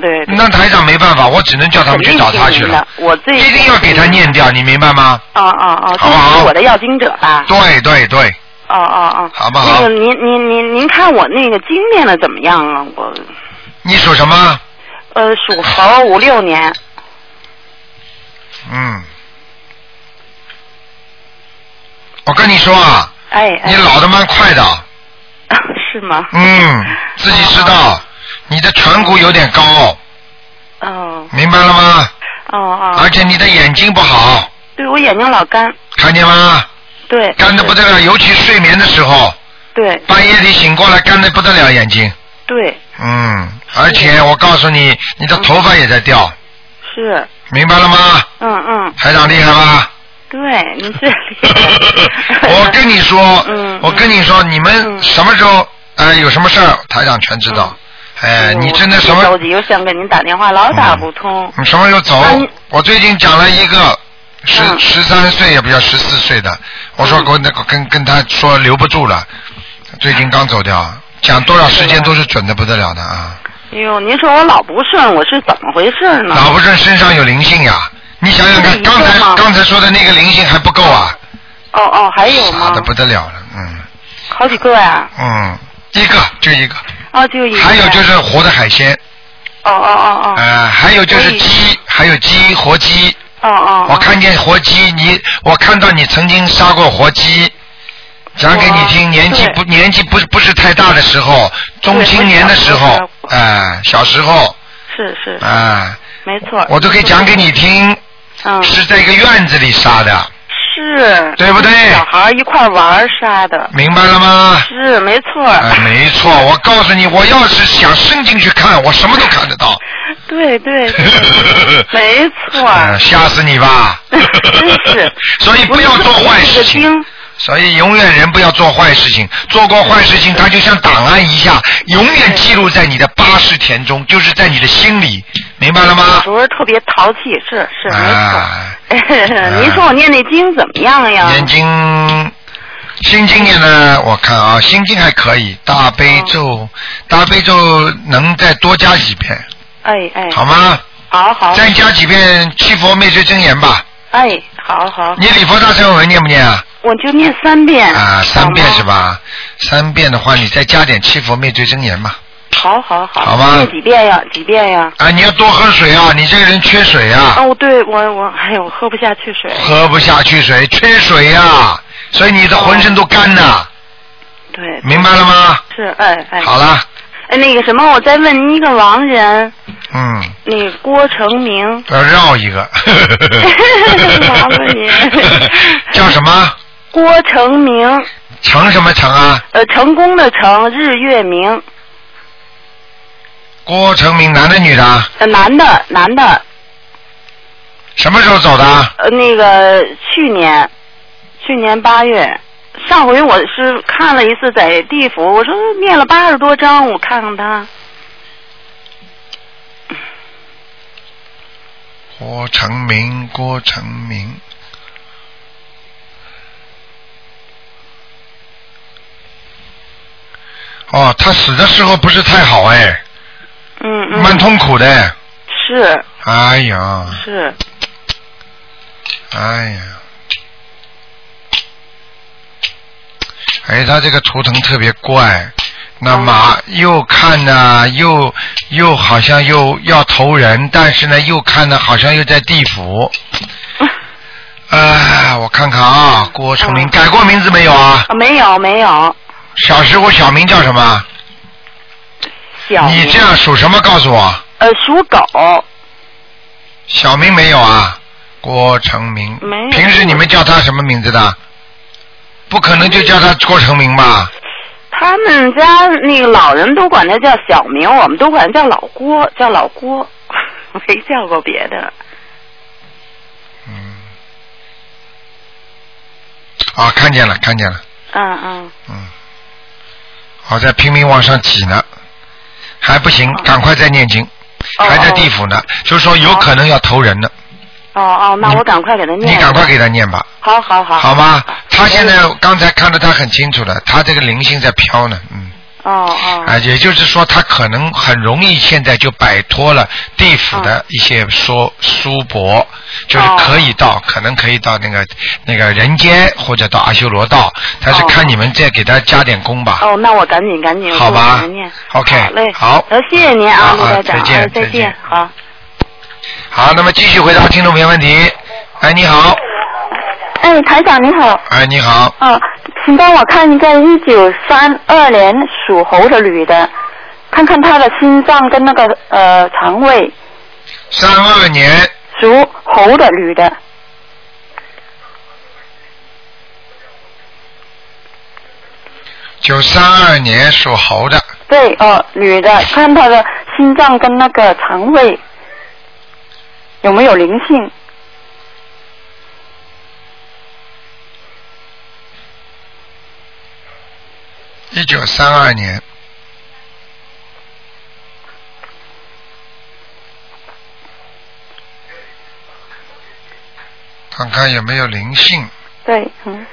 F: 对，对
A: 那台长没办法，我只能叫他们去找他去了。
F: 肯定是 您的我最
A: 一定要给他念掉，你明白吗？
F: 哦哦哦，就
A: 好不好
F: 是我的要经者吧？
A: 对对对，
F: 哦哦哦，
A: 好不好
F: 那个您您您您看我那个经念的怎么样啊？我
A: 你属什么？
F: 呃属猴五六年，
A: 嗯，我跟你说啊，
F: 哎
A: 你
F: 哎，
A: 老的蛮快的，
F: 是吗？
A: 嗯，自己知道，你的颧骨有点高，
F: 哦
A: 明白了吗？
F: 哦哦
A: 而，且你的眼睛不好，
F: 对我眼睛老干，
A: 看见吗？
F: 对
A: 干的不得了，尤其睡眠的时候，
F: 对
A: 半夜里醒过来干的不得了，眼睛。
F: 对
A: 嗯，而且我告诉你，你的头发也在掉，
F: 是，
A: 明白了吗？
F: 嗯嗯，
A: 台长厉害 吧？，
F: 对，您这里
A: 我跟你说，
F: 嗯
A: 我跟你说，你们
F: 嗯
A: 什么时候呃有什么事儿，台长全知道。哎， 你真的什
F: 嗯我
A: 么
F: 特别
A: 嗯
F: 着急，我想给您打电话，老打不通。
A: 你什么时候走
F: 那啊你？
A: 我最近讲了一个十
F: 嗯
A: 十三岁也不叫十四岁的，我说
F: 嗯
A: 跟那个跟跟他说留不住了，最近刚走掉，讲多少时间都是准的不得了的啊！
F: 哎呦，您说我老不顺，我是怎么回事呢？
A: 老不是身上有灵性呀，你想想
F: 是
A: 看，
F: 一个
A: 刚才
F: 吗
A: 刚才说的那个灵性还不够啊，
F: 哦哦，还有
A: 傻
F: 吗
A: 的？不得了了，嗯
F: 好几个呀、
A: 嗯，一个就一个。
F: 哦，就一个。
A: 还有就。是活的海鲜，
F: 哦哦哦哦。
A: 呃，还有就是
F: 所以
A: 鸡，还有鸡，活鸡。
F: 哦哦。
A: 我看见活鸡，你我看到你曾经杀过活鸡，讲给你听，
F: 哇
A: 年纪
F: 对
A: 不年纪不不是太大的时候，中青年的时候
F: 对我小时候，
A: 哎、小时候，
F: 是是，
A: 哎、
F: 没错。
A: 我都可以讲给你听，
F: 嗯。
A: 是在一个院子里杀的，
F: 是。
A: 对不对
F: 小孩儿一块儿玩儿杀的。
A: 明白了吗？
F: 是，没错。
A: 哎，没错，我告诉你，我要是想伸进去看，我什么都看得到。，
F: 对对 对 没错。
A: 嗯吓死你吧！
F: 真是
A: 所以不要做坏事情
F: 我就是这个经。
A: 所以永远人不要做坏事情，做过坏事
F: 嗯
A: 情，它就像档案一样，永远记录在你的八识田中，就是在你的心里，明白了
F: 有
A: 吗
F: 时？候特别淘气，是是
A: 啊
F: 没错。 您说我念那经怎么样呀？
A: 眼睛，心经念呢，我看啊，心经还可以，大悲咒，
F: 哦
A: 大悲咒能再多加几遍，
F: 哎哎，
A: 好吗？
F: 好好，
A: 再加几遍七佛灭罪真言吧。
F: 哎，好好，
A: 你礼佛大忏悔文念不念啊？
F: 我就念三遍。
A: 啊，三遍是
F: 好吗？
A: 吧？三遍的话，你再加点七佛灭罪真言嘛。
F: 好好好，
A: 好吗
F: 念几遍呀？几遍呀？
A: 啊，你要多喝水啊！你这个人缺水啊，
F: 嗯哦，对我我，哎呦，我喝不下去水。
A: 喝不下去水，缺水啊，所以你的浑身都干呐、
F: 对，
A: 明白了吗？
F: 是，哎哎。
A: 好了，
F: 哎，那个什么，我再问您一个亡人，
A: 嗯，
F: 那个郭成 明，
A: 要绕一个。
F: 麻烦你
A: 叫什么？
F: 郭成明，
A: 成什么成啊？
F: 呃，成功的成，日月明，
A: 郭成明，男的女的啊？
F: 呃，男的，男的，
A: 什么时候走的啊？
F: 呃，那个去年，去年八月，上回我是看了一次在地府，我说念了八十多章，我看看他，
A: 郭成明，郭成明。哦，他死的时候不是太好哎，
F: 嗯
A: 蛮
F: 嗯，
A: 痛苦的。
F: 是
A: 哎呀，
F: 是，
A: 哎呀，哎，他这个图腾特别怪，那么又看呢、又又好像又要投人，但是呢，又看呢，好像又在地府。啊，我看看啊，郭成明
F: 嗯
A: 改过名字没有啊？
F: 啊，没有没有，
A: 小时候小名叫什么？
F: 小
A: 你
F: 明
A: 这样属什么？告诉我，
F: 呃属狗，
A: 小名没有啊？郭成明
F: 没有，
A: 平时你们叫他什么名字的？不可能就叫他郭成明吧？
F: 他们家那个老人都管他叫小明，我们 都管他叫老郭，叫老郭，没叫过别的。
A: 嗯啊，看见了，看见了，
F: 嗯嗯，
A: 嗯，好在拼命往上挤呢，还不行，赶快再念经，
F: 哦
A: 还在地府呢，就是说有可能要投人呢，
F: 哦哦，那我赶快给他
A: 嗯
F: 念
A: 你
F: 吧。
A: 赶快给他念吧，
F: 好好嗯好。
A: 好吗？他现在刚才看得他很清楚了，他这个灵性在飘呢，嗯，
F: 哦哦。
A: 啊，也就是说他可能很容易现在就摆脱了地府
F: 嗯
A: 的一些说束缚，就是
F: 哦
A: 可以到，可能可以到那个那个人间或者到阿修罗道，但是
F: 哦
A: 看你们再给他加点功吧。
F: 哦，那我赶紧赶紧，
A: 啊好吧
F: 我给他念。
A: OK，
F: 好嘞，
A: 好
F: 呃谢谢您
A: 啊
F: 啊，陆
A: 啊
F: 台长，
A: 再见
F: 哎再
A: 再见
F: 见，好。
A: 好，那么继续回答听众朋友问题。哎，你好，
G: 哎，台长你好，
A: 哎，你好，
G: 嗯、请帮我看一个一九三二年属猴的女的，看看她的心脏跟那个呃肠胃，
A: 三二年
G: 属猴的女的，
A: 九三二年属猴的，
G: 对，哦、女的，看她的心脏跟那个肠胃有没有灵性？
A: 一九三二年，看看有没有灵性。
G: 对，嗯，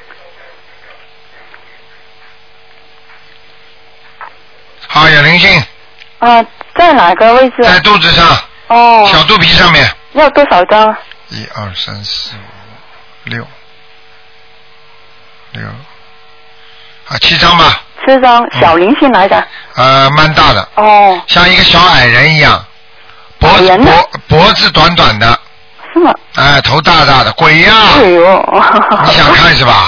A: 好，有灵性，
H: 哦
G: 啊、在哪个位置啊？
A: 在肚子上，
G: 哦，
A: 小肚皮上面。
G: 要多少张？
A: 一二三四五六六啊，七张吧，
G: 四张小灵性来的。
A: 呃，蛮大的，
G: 哦，
A: 像一个小矮人一样，脖
G: 矮
A: 子
G: 人呢
A: 脖脖子短短的，
G: 是吗？
A: 哎，头大大的，鬼呀、
G: 哎呦！
A: 你想看是吧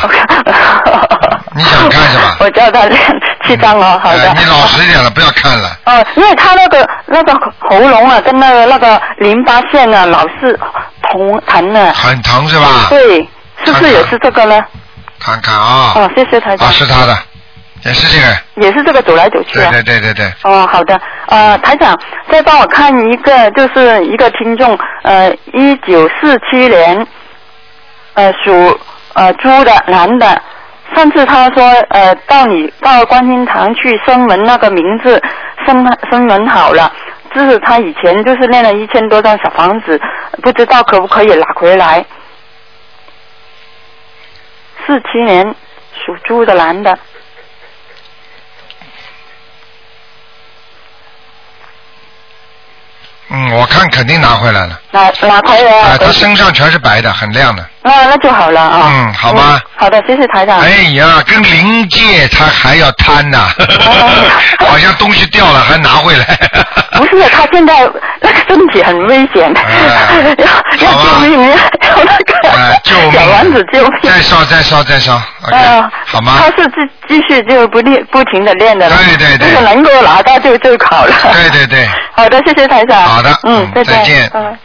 A: 你想看是吧
G: 我叫他练七张哦，好的。
A: 哎你老实一点了，不要看了。
G: 哦，因为他那个那个喉咙啊，跟那个那个淋巴腺啊，老是疼疼的。
A: 很疼是吧？
G: 对，是不是也是这个呢？
A: 看看啊、
G: 哦，谢谢台长
A: 啊，，是他的，也是这个人，
G: 也是这个走来走去
A: 对
G: 啊。
A: 对对对对，
G: 哦，好的，呃，台长，再帮我看一个，就是一个听众，呃，一九四七年，呃，属呃猪的男的，上次他说，呃，到你到观音堂去声纹那个名字，声声纹好了，就是他以前就是练了一千多张小房子，不知道可不可以拿回来。四七年属猪的男的，
A: 嗯，我看肯定拿回来了，
G: 拿拿回来
A: 啊、
G: 啊。
A: 他身上全是白的，很亮的。
G: 哦那那就好了啊。
A: 嗯好吧
G: 好的，谢谢台长。
A: 哎呀，跟灵界他还要贪呐、
G: 哦
A: 好像东西掉了还拿回 来。
G: 不是，他现在 那个身体很危险，
A: 哎
G: 要
A: 好
G: 要
A: 吧
G: 救命，要要那个、
A: 哎，救命！
G: 小丸子救命。
A: 再烧，再烧，再烧，OK，、
G: 嗯，
A: 好吗
G: 他？是继继续就不练不停的练的了，
A: 对对对
G: 就是能够拿到就最好了。
A: 对对对，
G: 好的，谢谢台长。
A: 好的
G: 嗯
A: 嗯，
G: 再
A: 再见
G: 嗯，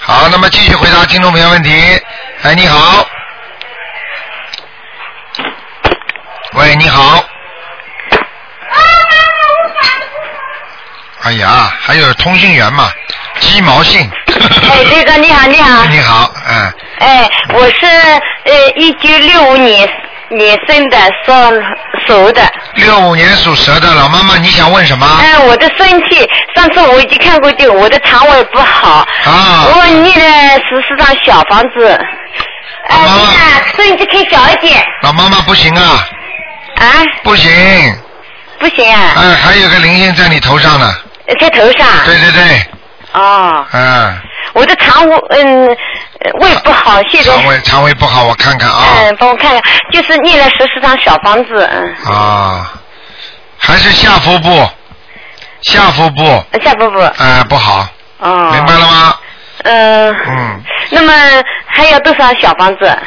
A: 好，那么继续回答听众朋友问题。哎，你好。喂，你好。哎呀，还有通讯员嘛，鸡毛信。
I: 哎，队长你好，你好，
A: 你好，嗯，
I: 哎，我是呃一九六五年年生的，属属的。
A: 六五年属蛇的老妈妈，你想问什么？
I: 哎、我的身体，上次我已经看过就我的肠胃不好，
A: 啊，
I: 我念了十四张小房子。哎、
A: 妈妈
I: 你看收音机开小一点
A: 老妈妈不行啊，
I: 啊，
A: 不行，
I: 不行啊，
A: 哎，还有个灵性在你头上呢。
I: 在头上。
A: 对对对，
I: 哦，
A: 嗯，
I: 我的肠胃嗯呃胃不好，现在
A: 肠胃肠胃不好，我看看啊。
I: 嗯帮我看看，就是念了十四张小房子，嗯，
A: 啊，还是下腹部，下腹部，
I: 下不不，
A: 呃，不好，
I: 哦，
A: 明白了吗？
I: 嗯。
A: 嗯，
I: 那么还有多少小房子？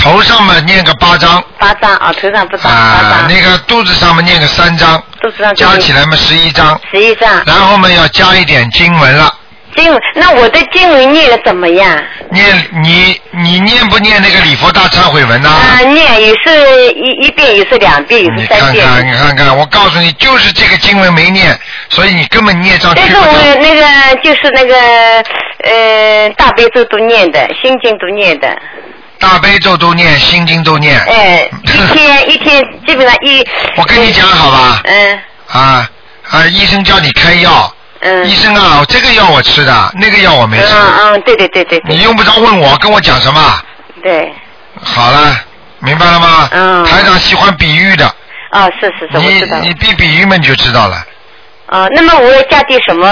A: 头上嘛念个八张，
I: 八张啊，头上不长，
A: 啊、
I: 八张，
A: 那个肚子上嘛念个三张，
I: 肚子上
A: 加起来嘛十一张，
I: 十一张。
A: 然后嘛要加一点经文了。
I: 经文，那我的经文念的怎么样？
A: 念你你念不念那个礼佛大忏悔文呢、
I: 啊，念有时一一遍，有时两遍，有
A: 你
I: 时
A: 看
I: 三遍。
A: 看，你看看，我告诉你，就是这个经文没念，所以你根本念上
I: 但
A: 去
I: 是
A: 不
I: 我
A: 了。
I: 那个就是那个呃大悲咒都念的，心经都念的。
A: 大悲咒都念，心经都念。
I: 哎，一天一天基本上一。
A: 我跟你讲好吧
I: 嗯
A: 啊啊！医生叫你开药，
I: 嗯。
A: 医生啊，这个药我吃的，那个药我没
I: 嗯
A: 吃。
I: 嗯，对对对对
A: 你用不着问我，跟我讲什么？
I: 对，
A: 好了，明白了吗？
I: 嗯
A: 台长喜欢比喻的，
I: 啊是是是，我
A: 你
I: 知道。
A: 你比比喻们就知道了。
I: 啊，那么我要加点什么？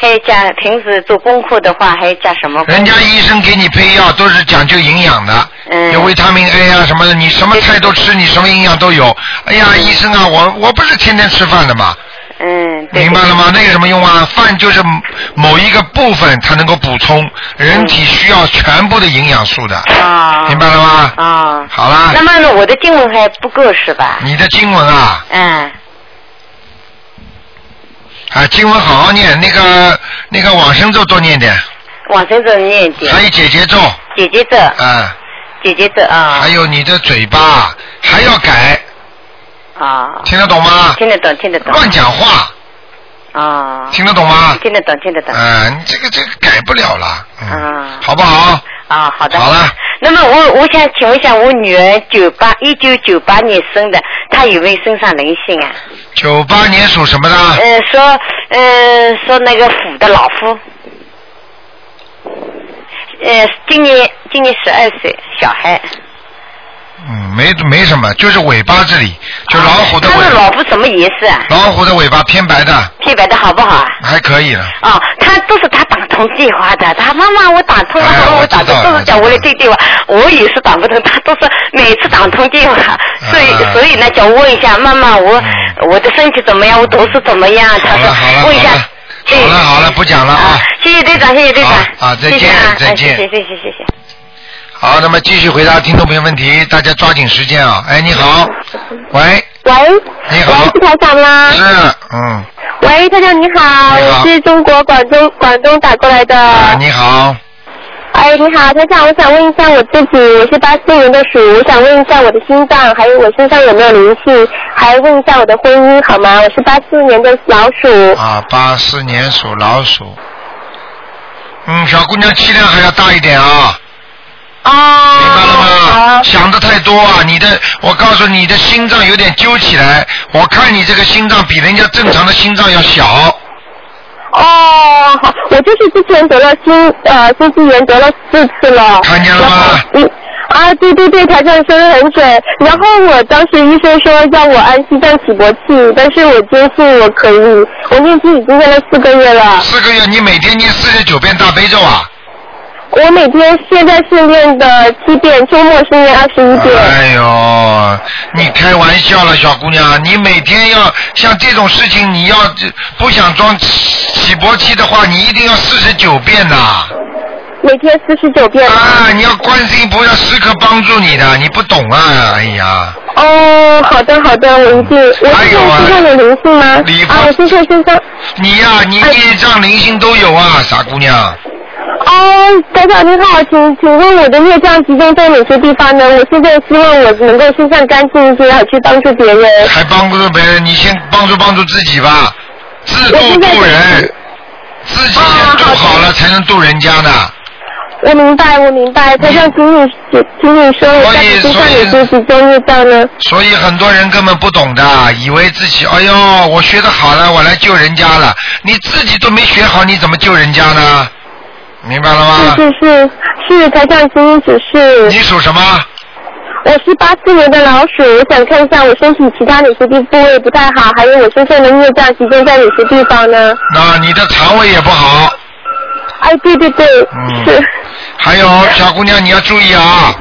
I: 还要加平时做功课的话，还要加什么？
A: 人家医生给你配药都是讲究营养的，
I: 嗯
A: 有维他命 A 啊什么的，你什么菜都吃，你什么营养都有。哎呀，医生啊，我我不是天天吃饭的嘛，
I: 嗯，对。
A: 明白了吗？那有什么用啊？饭就是某一个部分，它能够补充人体需要全部的营养素的，
I: 嗯啊。
A: 明白了吗？
I: 啊。
A: 好啦
I: 那，么呢，我的经文还不够是吧？
A: 你的经文啊，
I: 嗯，
A: 啊，经文好好念，那个那个往生咒多念点，
I: 往生咒念一点
A: 还，有姐姐咒，
I: 姐姐咒，
A: 啊，
I: 姐姐咒啊
A: 还有你的嘴巴还要改，
I: 啊，
A: 听得懂吗？
I: 听得懂，听得懂
A: 乱讲话，
I: 啊，
A: 听得懂吗？
I: 听得懂，听得懂
A: 啊，你这个这个改不了了，嗯
I: 啊，
A: 好不好？
I: 啊，好的。
A: 好了。
I: 那么我我想请问一下，我女儿九八一九九八年生的，她有没有身上灵性啊？
A: 九八年属什么的？
I: 嗯，说嗯说那个虎的老虎，呃，今年今年十二岁小孩，
A: 嗯，没没什么，就是尾巴这里，就老虎的
I: 他
A: 尾
I: 的
A: 巴，
I: 老虎什么颜色啊？
A: 老虎的尾巴偏白的，
I: 黑白的好不好啊？
A: 还可以了。
I: 哦，他都是他打通电话的，他妈妈我打通了，
A: 哎
I: 妈妈
A: 我
I: 我打
A: 知道
I: 通，都
A: 我
I: 是叫
A: 知
I: 我来
A: 道
I: 对电话，我也是打不通，他都是每次打通电话，所以
A: 啊
I: 所以呢，想问一下妈妈，我
A: 嗯
I: 我的身体怎么样，我读书怎么样？
A: 好
I: 他
A: 了好了
I: 说问一下
A: 好了，好了好了，不讲了啊。，
I: 谢谢队长，谢谢队长，
A: 好好再见
I: 谢谢啊
A: 再见
I: 哎谢谢谢谢谢谢。
A: 好，那么继续回答听众朋友问题，大家抓紧时间啊！哎，你好，喂，
H: 喂，
A: 你好
H: 喂，是台长吗？
A: 是，嗯，
H: 喂，台长你好，
A: 你好
H: 我是中国广东广东打过来的。
A: 啊，你好，
H: 哎，你好，台长，我想问一下我自己，我是八四年的鼠，我想问一下我的心脏，还有我身上有没有灵性，还问一下我的婚姻好吗？我是八四年的老鼠。
A: 啊，八四年属老鼠，嗯，小姑娘气量还要大一点啊，
H: 哦
A: 明白了吗？
H: 好，
A: 想的太多啊，你的，我告诉你，你的心脏有点揪起来，我看你这个心脏比人家正常的心脏要小，
H: 哦，好，我就是之前得了心呃心肌炎得了四次了。
A: 看见了吗？
H: 嗯，啊，对对对，台上说的很准。然后我当时医生说让我安心脏起搏器，但是我坚信我可以，我念经已经念了四个月了。
A: 四个月你每天念四十九遍大悲咒啊，
H: 我每天现在是念的七遍，周末是念二十一遍。
A: 哎呦，你开玩笑了，小姑娘，你每天要像这种事情，你要不想装起搏器的话，你一定要四十九遍呐、
H: 每天四十九遍。
A: 啊，你要观世音菩萨时刻帮助你的，你不懂啊！哎呀，
H: 哦，好的好的，我一定。我
A: 还
H: 身
A: 有啊
H: 上身上有灵性吗？
A: 礼佛
H: 啊，我身上身上。
A: 你呀、你业障灵性都有啊，傻姑娘。
H: 哦，台长您好，请请问我的孽障集中在哪些地方呢？我现在希望我能够身上干净一些，好去帮助别人。
A: 还帮助别人，你先帮助帮助自己吧，自度
H: 我现在
A: 度人，自己先度好了才能度人家呢。
H: 我明白，我明白。台上请你，请你说，我在你身上有些集中业障呢？
A: 所以很多人根本不懂的，以为自己哎呦，我学的好了，我来救人家了。你自己都没学好，你怎么救人家呢？明白了吗？
H: 是是是，是台上请你指
A: 你
H: 示。
A: 属什么？
H: 我是八四年的老鼠，我想看一下我身体其他哪些地部位不太好，还有我身上的孽障集中在哪些地方呢？
A: 那你的肠胃也不好，
H: 哎，对对对，
A: 嗯
H: 是。
A: 还有小姑娘你要注意啊！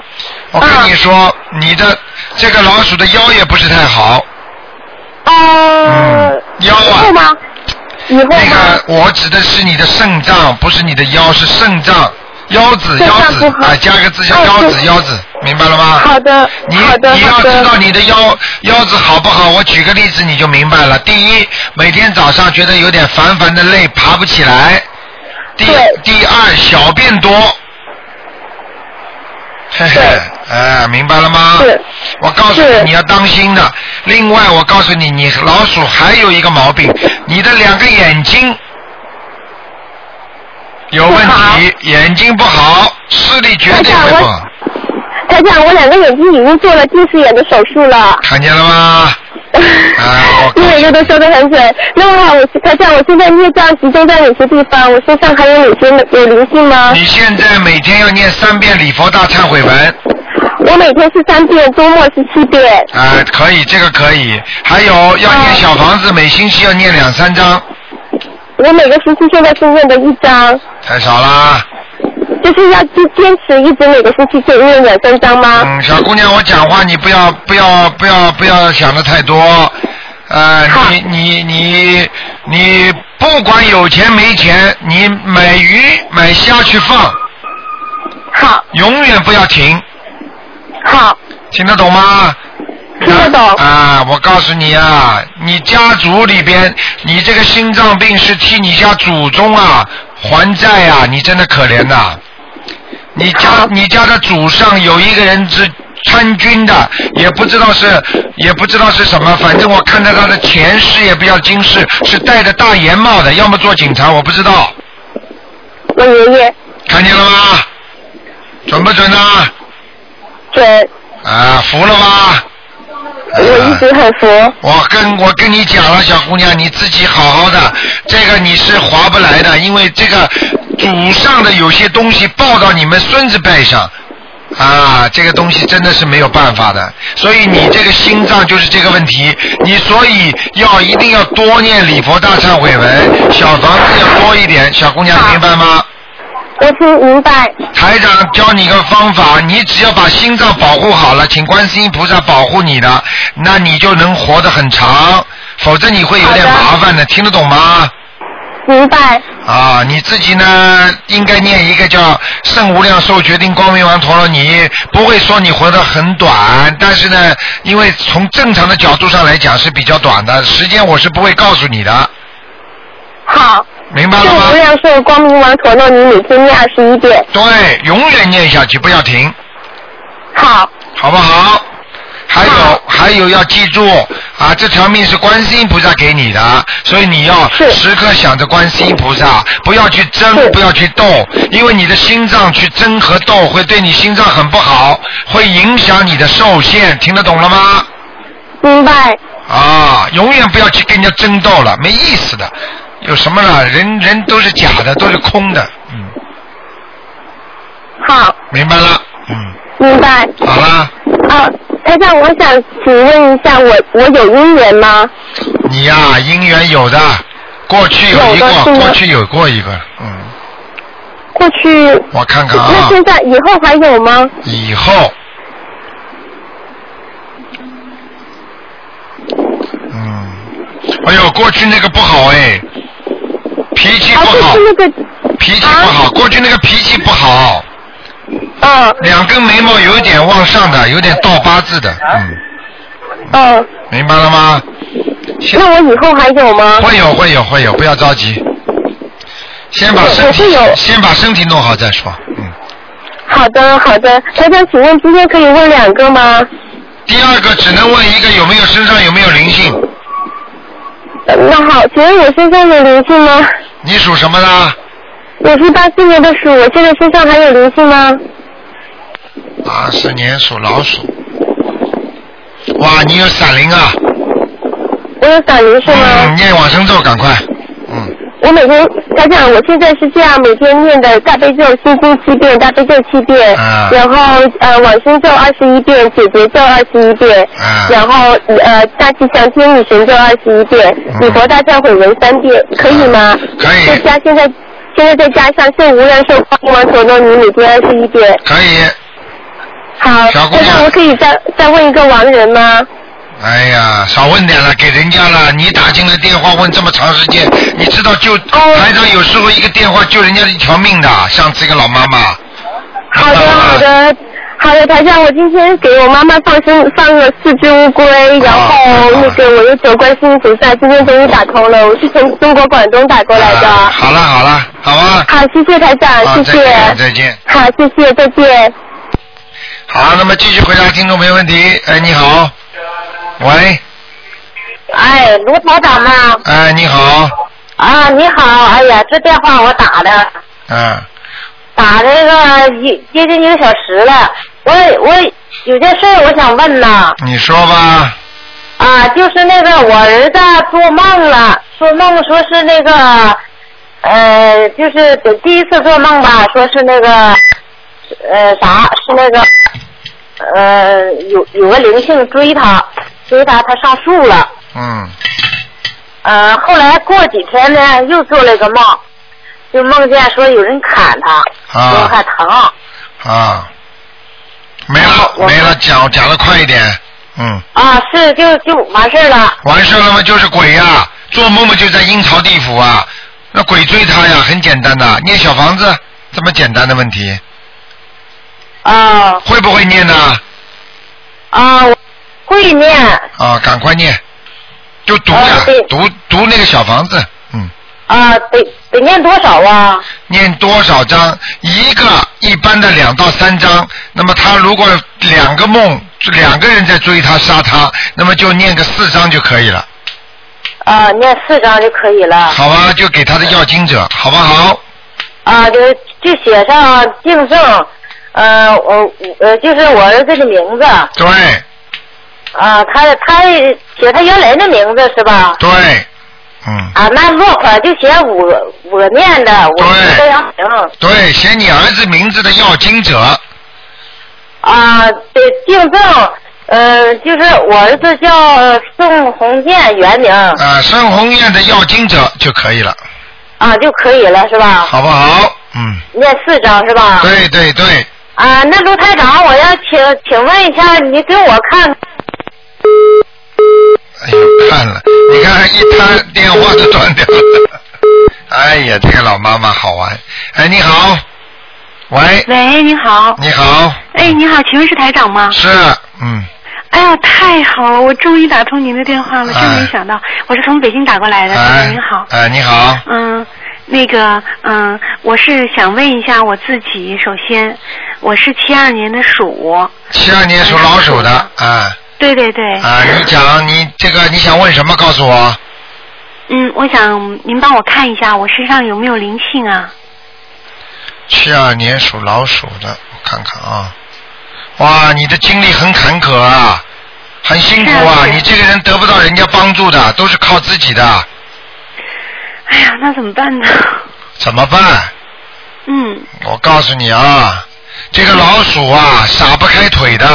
A: 我跟你说，你的这个老鼠的腰也不是太好，
H: 呃
A: 嗯，腰啊
H: 以后吗？以后吗？
A: 那个我指的是你的肾脏，不是你的腰，是肾脏。腰子，
H: 肾
A: 腰
H: 脏
A: 子
H: 不好
A: 啊，加个字叫
H: 哦
A: 腰子，
H: 对
A: 腰子，明白了吗？
H: 好的，
A: 你
H: 好的，
A: 你要
H: 好
A: 知道
H: 的。
A: 你的腰腰子好不好？我举个例子你就明白了。第一，每天早上觉得有点烦烦的累，爬不起来。第
H: 对
A: 第二，小便多。嘿嘿
H: 对，
A: 哎，明白了吗？
H: 是
A: 我告诉
H: 是
A: 你，你要当心的。另外，我告诉你，你老鼠还有一个毛病，你的两个眼睛有问
H: 不好
A: 题，眼睛不好，视力绝对
H: 台长
A: 会不
H: 我
A: 好。
H: 台长，我两个眼睛已经做了近视眼的手术了，
A: 看见了吗？
H: 你每个都说的很准。那么好，我是台长，我现在孽障集中在哪些地方？我身上还有哪些有灵性吗？
A: 你现在每天要念三遍礼佛大忏悔文
H: 我每天是三遍，周末是七遍。
A: 啊、可以，这个可以。还有要
H: 啊
A: 念小房子，每星期要念两三张，
H: 我每个星期现在是念的一张，
A: 太少啦。
H: 就是要去坚持一直每个星期给念两三张吗？
A: 嗯，小姑娘，我讲话你不要不要不要不要想的太多。呃，你你你你不管有钱没钱，你买鱼买虾去放。
H: 好。
A: 永远不要停。
H: 好。
A: 听得懂吗？听得懂。啊，我告诉你啊，你家族里边，你这个心脏病是替你家祖宗啊还债啊，你真的可怜呐、你家你家的祖上有一个人是参军的，也不知道是也不知道是什么，反正我看到他的前世也不叫今世，是戴着大檐帽的，要么做警察，我不知道。
H: 我爷爷
A: 看见了吗？准不准呢、啊？
H: 准。
A: 啊，服了吧？
H: 我一直很服。
A: 我跟我跟你讲了，小姑娘，你自己好好的，这个你是划不来的，因为这个祖上的有些东西报到你们孙子辈上，啊，这个东西真的是没有办法的。所以你这个心脏就是这个问题，你所以要一定要多念礼佛大忏悔文，小房子要多一点，小姑娘明白吗？
H: 我听明白。
A: 台长教你个方法，你只要把心脏保护好了，请观世音菩萨保护你的，那你就能活得很长，否则你会有点麻烦的，听得懂吗？
H: 明白。
A: 啊，你自己呢，应该念一个叫《圣无量寿决定光明王陀罗尼》，不会说你活得很短，但是呢，因为从正常的角度上来讲是比较短的，时间我是不会告诉你的。
H: 好。
A: 明白了
H: 就
A: 吗
H: 无？量寿光明王陀罗尼，每天念二十一遍。
A: 对，永远念下去，不要停。
H: 好。
A: 好不好？还有还有要记住啊，这条命是观世音菩萨给你的，所以你要时刻想着观世音菩萨，不要去争，不要去斗，因为你的心脏去争和斗会对你心脏很不好，会影响你的受限，听得懂了吗？
H: 明白。
A: 啊，永远不要去跟人家争斗了，没意思的，有什么了？人人都是假的，都是空的，嗯，
H: 好，
A: 明白了？
H: 明白。
A: 好啦，
H: 啊，台长，我想请问一下，我我有姻缘吗？
A: 你呀、姻缘有的，过去有一
H: 嗯有的是
A: 个，
H: 吗
A: 过去有过一个，嗯。
H: 过去。
A: 我看看
H: 那
A: 啊，
H: 现在以后还有吗？
A: 以后，嗯，哎呦，过去那个不好哎，脾气不
H: 啊
A: 好，脾气不好，过去那个脾气不好。
H: 啊。
A: 两根眉毛有一点往上的，有点倒八字的，
H: 啊
A: 嗯，
H: 嗯。
A: 明白了吗？
H: 那我以后还有吗？
A: 会有会有会有，不要着急，先把身体先把身体弄好再说。
H: 好的，好的。台长，请问今天可以问两个吗？
A: 第二个只能问一个有没有身上有没有灵性，
H: 呃那好，请问我身上有灵性吗？
A: 你属什么呢？
H: 我是八四年的鼠，我现在身上还有灵性吗？
A: 八十啊年属老鼠。哇，你有闪灵啊！
H: 我有闪灵是吗？
A: 嗯，念往生咒，赶快。
H: 我每天，台长，我现在是这样，每天念的大悲咒心经七遍，大悲咒七遍，
A: 啊
H: 然后呃往生咒二十一遍，解结咒二十一遍，
A: 啊
H: 然后呃大吉祥天女神咒二十一遍，礼佛大忏悔文三遍，可以吗？
A: 嗯啊可以
H: 再加现在现在再加上圣无量寿光明王陀罗尼每天二十一遍。
A: 可以。
H: 好，台
A: 小姑娘
H: 长，我可以再再问一个亡人吗？
A: 哎呀，少问点了，给人家了。你打进来电话问这么长时间，你知道救台长有时候一个电话救人家一条命的。上次一个老妈妈，
H: 好的，好的，好的，台长，我今天给我妈妈放生放了四只乌龟，然后那个我又求观世音菩萨，今天终于打通了，我是从中国广东打过来的。
A: 好了好了，好吧。
H: 好，谢谢台
A: 好
H: 哎长，谢
A: 再
H: 谢。
A: 见再见。
H: 好，谢谢，再见。
A: 好，那么继续回答听众朋友问题。哎，你好，喂，
J: 哎，卢台长吗？
A: 哎，你好，
J: 啊，你好，哎呀，这电话我打的，
A: 嗯，
J: 打了个一接近一个小时了，
I: 我我有件事儿我想问呐，
A: 你说吧，
I: 啊，就是那个我儿子做梦了，做梦说是那个，呃，就是第一次做梦吧，说是那个，呃，啥是那个，呃，有有个灵性追他，追他，他上树了。
A: 嗯，
I: 呃，后来过几天呢，又做了一个梦，就梦见说有人砍他，
A: 啊
I: 说还疼。
A: 啊，没了没了，讲讲的快一点，嗯，
I: 啊，是就就完事儿了。
A: 完事了吗？就是鬼呀、做梦嘛就在阴曹地府啊，那鬼追他呀，很简单的，念小房子这么简单的问题，
I: 啊
A: 会不会念呢？
I: 啊，我会念
A: 啊，赶快念，就读呀，读读那个小房子，嗯
I: 啊，得得念多少啊？
A: 念多少章？一个一般的两到三章。那么他如果两个梦，两个人在追他杀他，那么就念个四章就可以了，
I: 啊，念四张就可以了。
A: 好吧？就给他的要经者，好不好？
I: 啊，就是就写上敬赠，呃，我呃就是我儿子的名字。
A: 对。
I: 啊，他他写他原来的名字是吧？
A: 对。嗯
I: 啊，那落款就写我我念的，我是这样行。
A: 对，写你儿子名字的要经者，
I: 啊，对，敬赠，呃，就是我儿子叫宋红建原名。
A: 啊、呃，生红院的要经者就可以了，
I: 啊，就可以了是吧？
A: 好不好？嗯，
I: 念四张是吧？
A: 对对对，
I: 啊，那卢台长，我要请请问一下，你给我看看
A: 哎呦，看了，你看一摊电话都断掉了， 哎呀，这个老妈妈好玩。哎，你好，喂，
K: 喂，你好。
A: 你好，
K: 哎，你好，请问是台长吗？
A: 是，嗯，
K: 哎呀，太好了，我终于打通您的电话了，真没想到，我是从北京打过来的。台长您好。
A: 哎，你好，
K: 嗯，那个，嗯，我是想问一下我自己，首先，我是七二年的鼠。
A: 七二年属老鼠的，啊
K: 对对对。
A: 啊，你讲你这个你想问什么？告诉我。
K: 嗯，我想您帮我看一下我身上有没有灵性啊？
A: 七二年属老鼠的，我看看啊，哇，你的经历很坎坷啊，很辛苦啊，你这个人得不到人家帮助的，都是靠自己的，
K: 哎呀，那怎么办呢？
A: 怎么办？
K: 嗯，
A: 我告诉你啊，这个老鼠啊，撒不开腿的，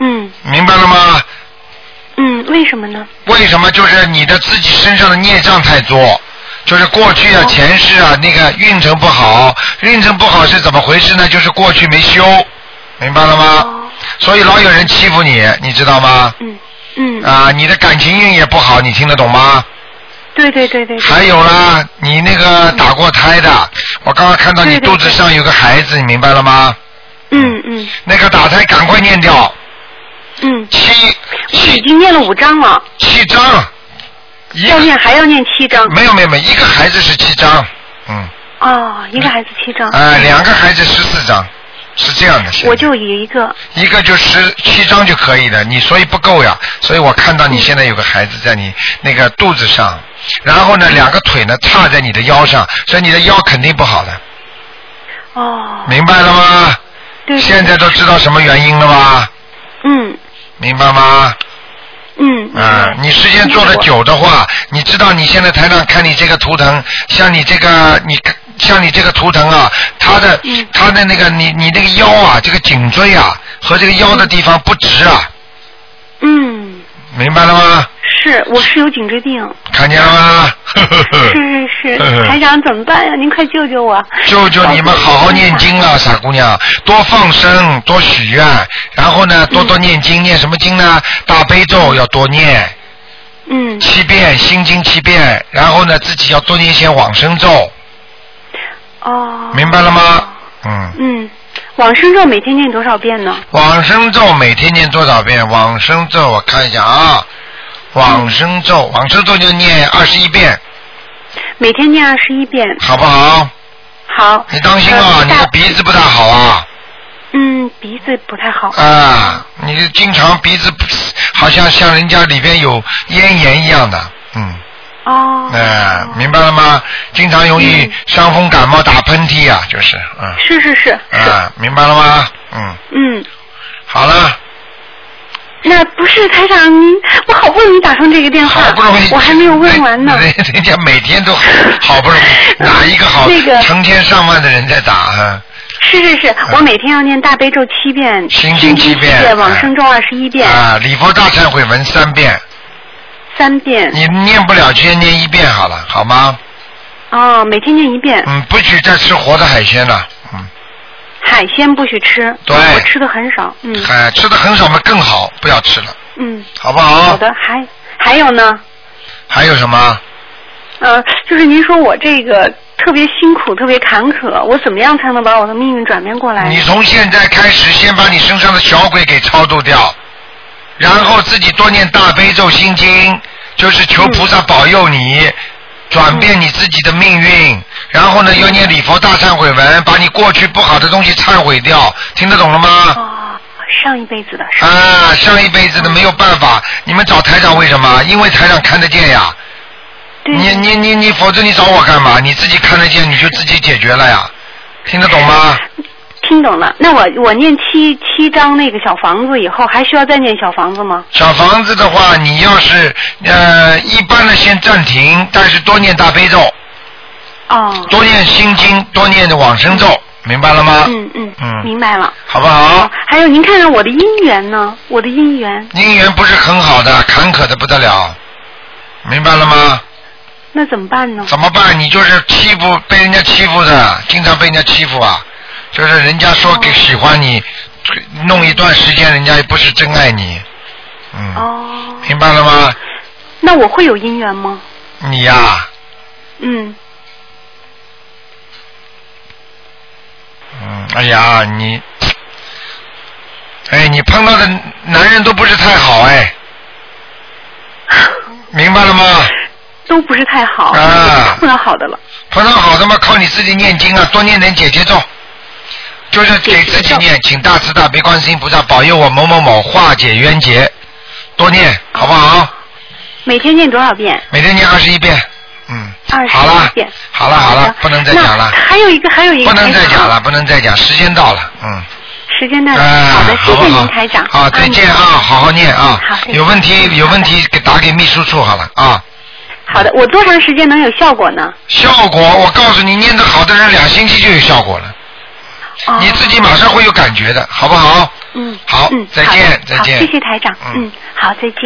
K: 嗯
A: 明白了吗？
K: 嗯，为什么呢？
A: 为什么？就是你的自己身上的孽障太多，就是过去啊、前世啊那个运程不好，运程不好是怎么回事呢？就是过去没修，明白了吗？所以老有人欺负你，你知道吗？
K: 哦嗯嗯。
A: 啊，你的感情运也不好，你听得懂吗？
K: 对对对对。对
A: 还有。啦，你那个打过胎的，我刚刚看到你
K: 对对
A: 肚子上有个孩子，你明白了吗？
K: 嗯嗯
A: 那个打胎赶快念掉，
K: 嗯。
A: 七。
K: 我已经念了五章了。
A: 七章。
K: 要念还要念七章。
A: 没有没有没有，一个孩子是七张，嗯，
K: 哦，一个孩子七张。
A: 哎，两个孩子十四张，是这样的，是
K: 我就有一个，
A: 一个就十七张就可以了，你所以不够呀，所以我看到你现在有个孩子在你那个肚子上，然后呢，两个腿呢踏在你的腰上，所以你的腰肯定不好的，
K: 哦，
A: 明白了吗？
K: 对对
A: 现在都知道什么原因了吧？
K: 嗯
A: 明白吗？
K: 嗯
A: 啊、你时间做的久的话，你知道你现在台上看你这个图腾，像你这个你像你这个图腾啊，它的、
K: 嗯
A: 它的那个你你那个腰啊，这个颈椎啊和这个腰的地方不直啊，
K: 嗯，
A: 明白了吗？
K: 是，我是有颈椎病，
A: 看见了吗？ 呵呵呵
K: 是是
A: 嗯
K: 是，台长怎么办呀？您快救救我！
A: 救救你们，好好念经啊，傻姑娘，多放生，多许愿，然后呢，多多念经，念什么经呢？大悲咒要多念，
K: 嗯，
A: 七遍心经七遍，然后呢，自己要多念一些往生咒，
K: 哦，
A: 明白了吗？嗯，
K: 嗯，往生咒每天念多少遍呢？
A: 往生咒每天念多少遍？往生咒我看一下啊，往生咒，往生咒就念二十一遍，
K: 每天念二十一遍。
A: 好不好？
K: 好。
A: 你当心啊，
K: 呃
A: 你的鼻子不大好啊，
K: 嗯，鼻子不太好。
A: 啊，你经常鼻子不好像像人家里边有咽炎一样的，嗯，
K: 哦，嗯
A: 哎，明白了吗？经常容易伤风感冒、打喷嚏啊，就是，嗯，
K: 是是是，
A: 啊，明白了吗？嗯，
K: 嗯，
A: 好了，
K: 那不是台长您，我好不容易打通这个电话，我还没有问完呢。
A: 人人家每天都好好不容易，哪一个好？
K: 那个
A: 成千上万的人在打，嗯，
K: 是是是，我每天要念大悲咒七遍，
A: 心经七遍嗯
K: 遍往生咒二十一遍，
A: 啊，礼佛大忏悔文三遍，
K: 三遍。
A: 你念不了，就先念一遍好了，好吗？
K: 哦，每天念一遍，
A: 嗯，不许再吃活的海鲜了，
K: 海鲜不许吃，
A: 对
K: 我吃的很少，嗯
A: 哎，吃的很少嘛更好，不要吃了，
K: 嗯，
A: 好不好？
K: 好的，还还有呢，
A: 还有什么？
K: 呃，就是您说我这个特别辛苦，特别坎坷，我怎么样才能把我的命运转变过来？
A: 你从现在开始，先把你身上的小鬼给超度掉，然后自己多念大悲咒心经，就是求菩萨保佑你。转变你自己的命运，然后呢，要念礼佛大忏悔文，把你过去不好的东西忏悔掉，听得懂了吗？
K: 上一辈子的，
A: 啊，上一辈子的没有办法，你们找台长为什么？因为台长看得见呀。你你你你，否则你找我干嘛？你自己看得见，你就自己解决了呀，听得懂吗？
K: 听懂了。那我我念七七章那个小房子以后，还需要再念小房子吗？
A: 小房子的话，你要是呃一般的先暂停，但是多念大悲咒，
K: 哦，
A: 多念心经，多念往生咒，明白了吗？
K: 嗯嗯
A: 嗯
K: 明白了。
A: 好不好？
K: 还有您看看我的姻缘呢，我的姻缘
A: 姻缘不是很好的，坎坷的不得了，明白了吗？
K: 那怎么办呢？
A: 怎么办？你就是欺负被人家欺负的，经常被人家欺负啊，就是人家说给喜欢你，弄一段时间人家也不是真爱你，嗯，明白了吗？
K: 那我会有姻缘吗？
A: 你呀、
K: 嗯，
A: 嗯，哎呀，你，哎，你碰到的男人都不是太好 哎，明白了吗？
K: 都不是太好，
A: 啊
K: 碰到好的了。
A: 碰到好的嘛，靠你自己念经啊，多念点姐姐咒，就是给自己念，请大慈大悲观世音菩萨保佑我某某某化解冤结，多念好不好？
K: 每天念多少遍？
A: 每天念二十一遍，
K: 二十
A: 好了
K: 遍。
A: 好了好了，不能再讲了，
K: 还有一个，还有一个，
A: 不能再讲了，不能再讲，时间到了，嗯。
K: 时间到了。好的，谢
A: 啊好不
K: 谢
A: 好
K: 您台长。嗯
A: 啊，再见啊，好好念啊，有问题有问题给打给秘书处好了啊。
K: 好的，我多长时间能有效果呢？
A: 效果我告诉你，念得好的人两星期就有效果了，
K: 哦
A: 你自己马上会有感觉的，好不好？
K: 嗯，
A: 好
K: 嗯，
A: 再
K: 好的
A: 见再
K: 好
A: 见
K: 谢谢台长，嗯，好，再见。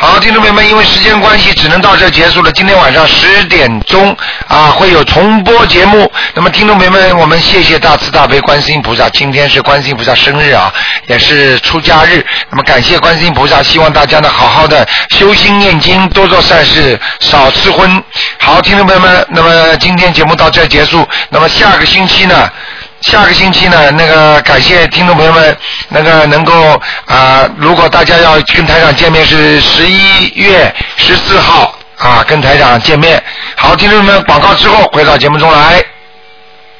A: 好，听众朋友们，因为时间关系，只能到这儿结束了。今天晚上十点钟啊，会有重播节目。那么，听众朋友们，我们谢谢大慈大悲观世音菩萨，今天是观世音菩萨生日啊，也是出家日。那么，感谢观世音菩萨，希望大家呢好好的修心念经，多做善事，少吃荤。好，听众朋友们，那么今天节目到这儿结束。那么下个星期呢？下个星期呢，那个感谢听众朋友们，那个能够啊、如果大家要跟台长见面是十一月十四号啊，跟台长见面。好，听众朋友们，广告之后回到节目中来。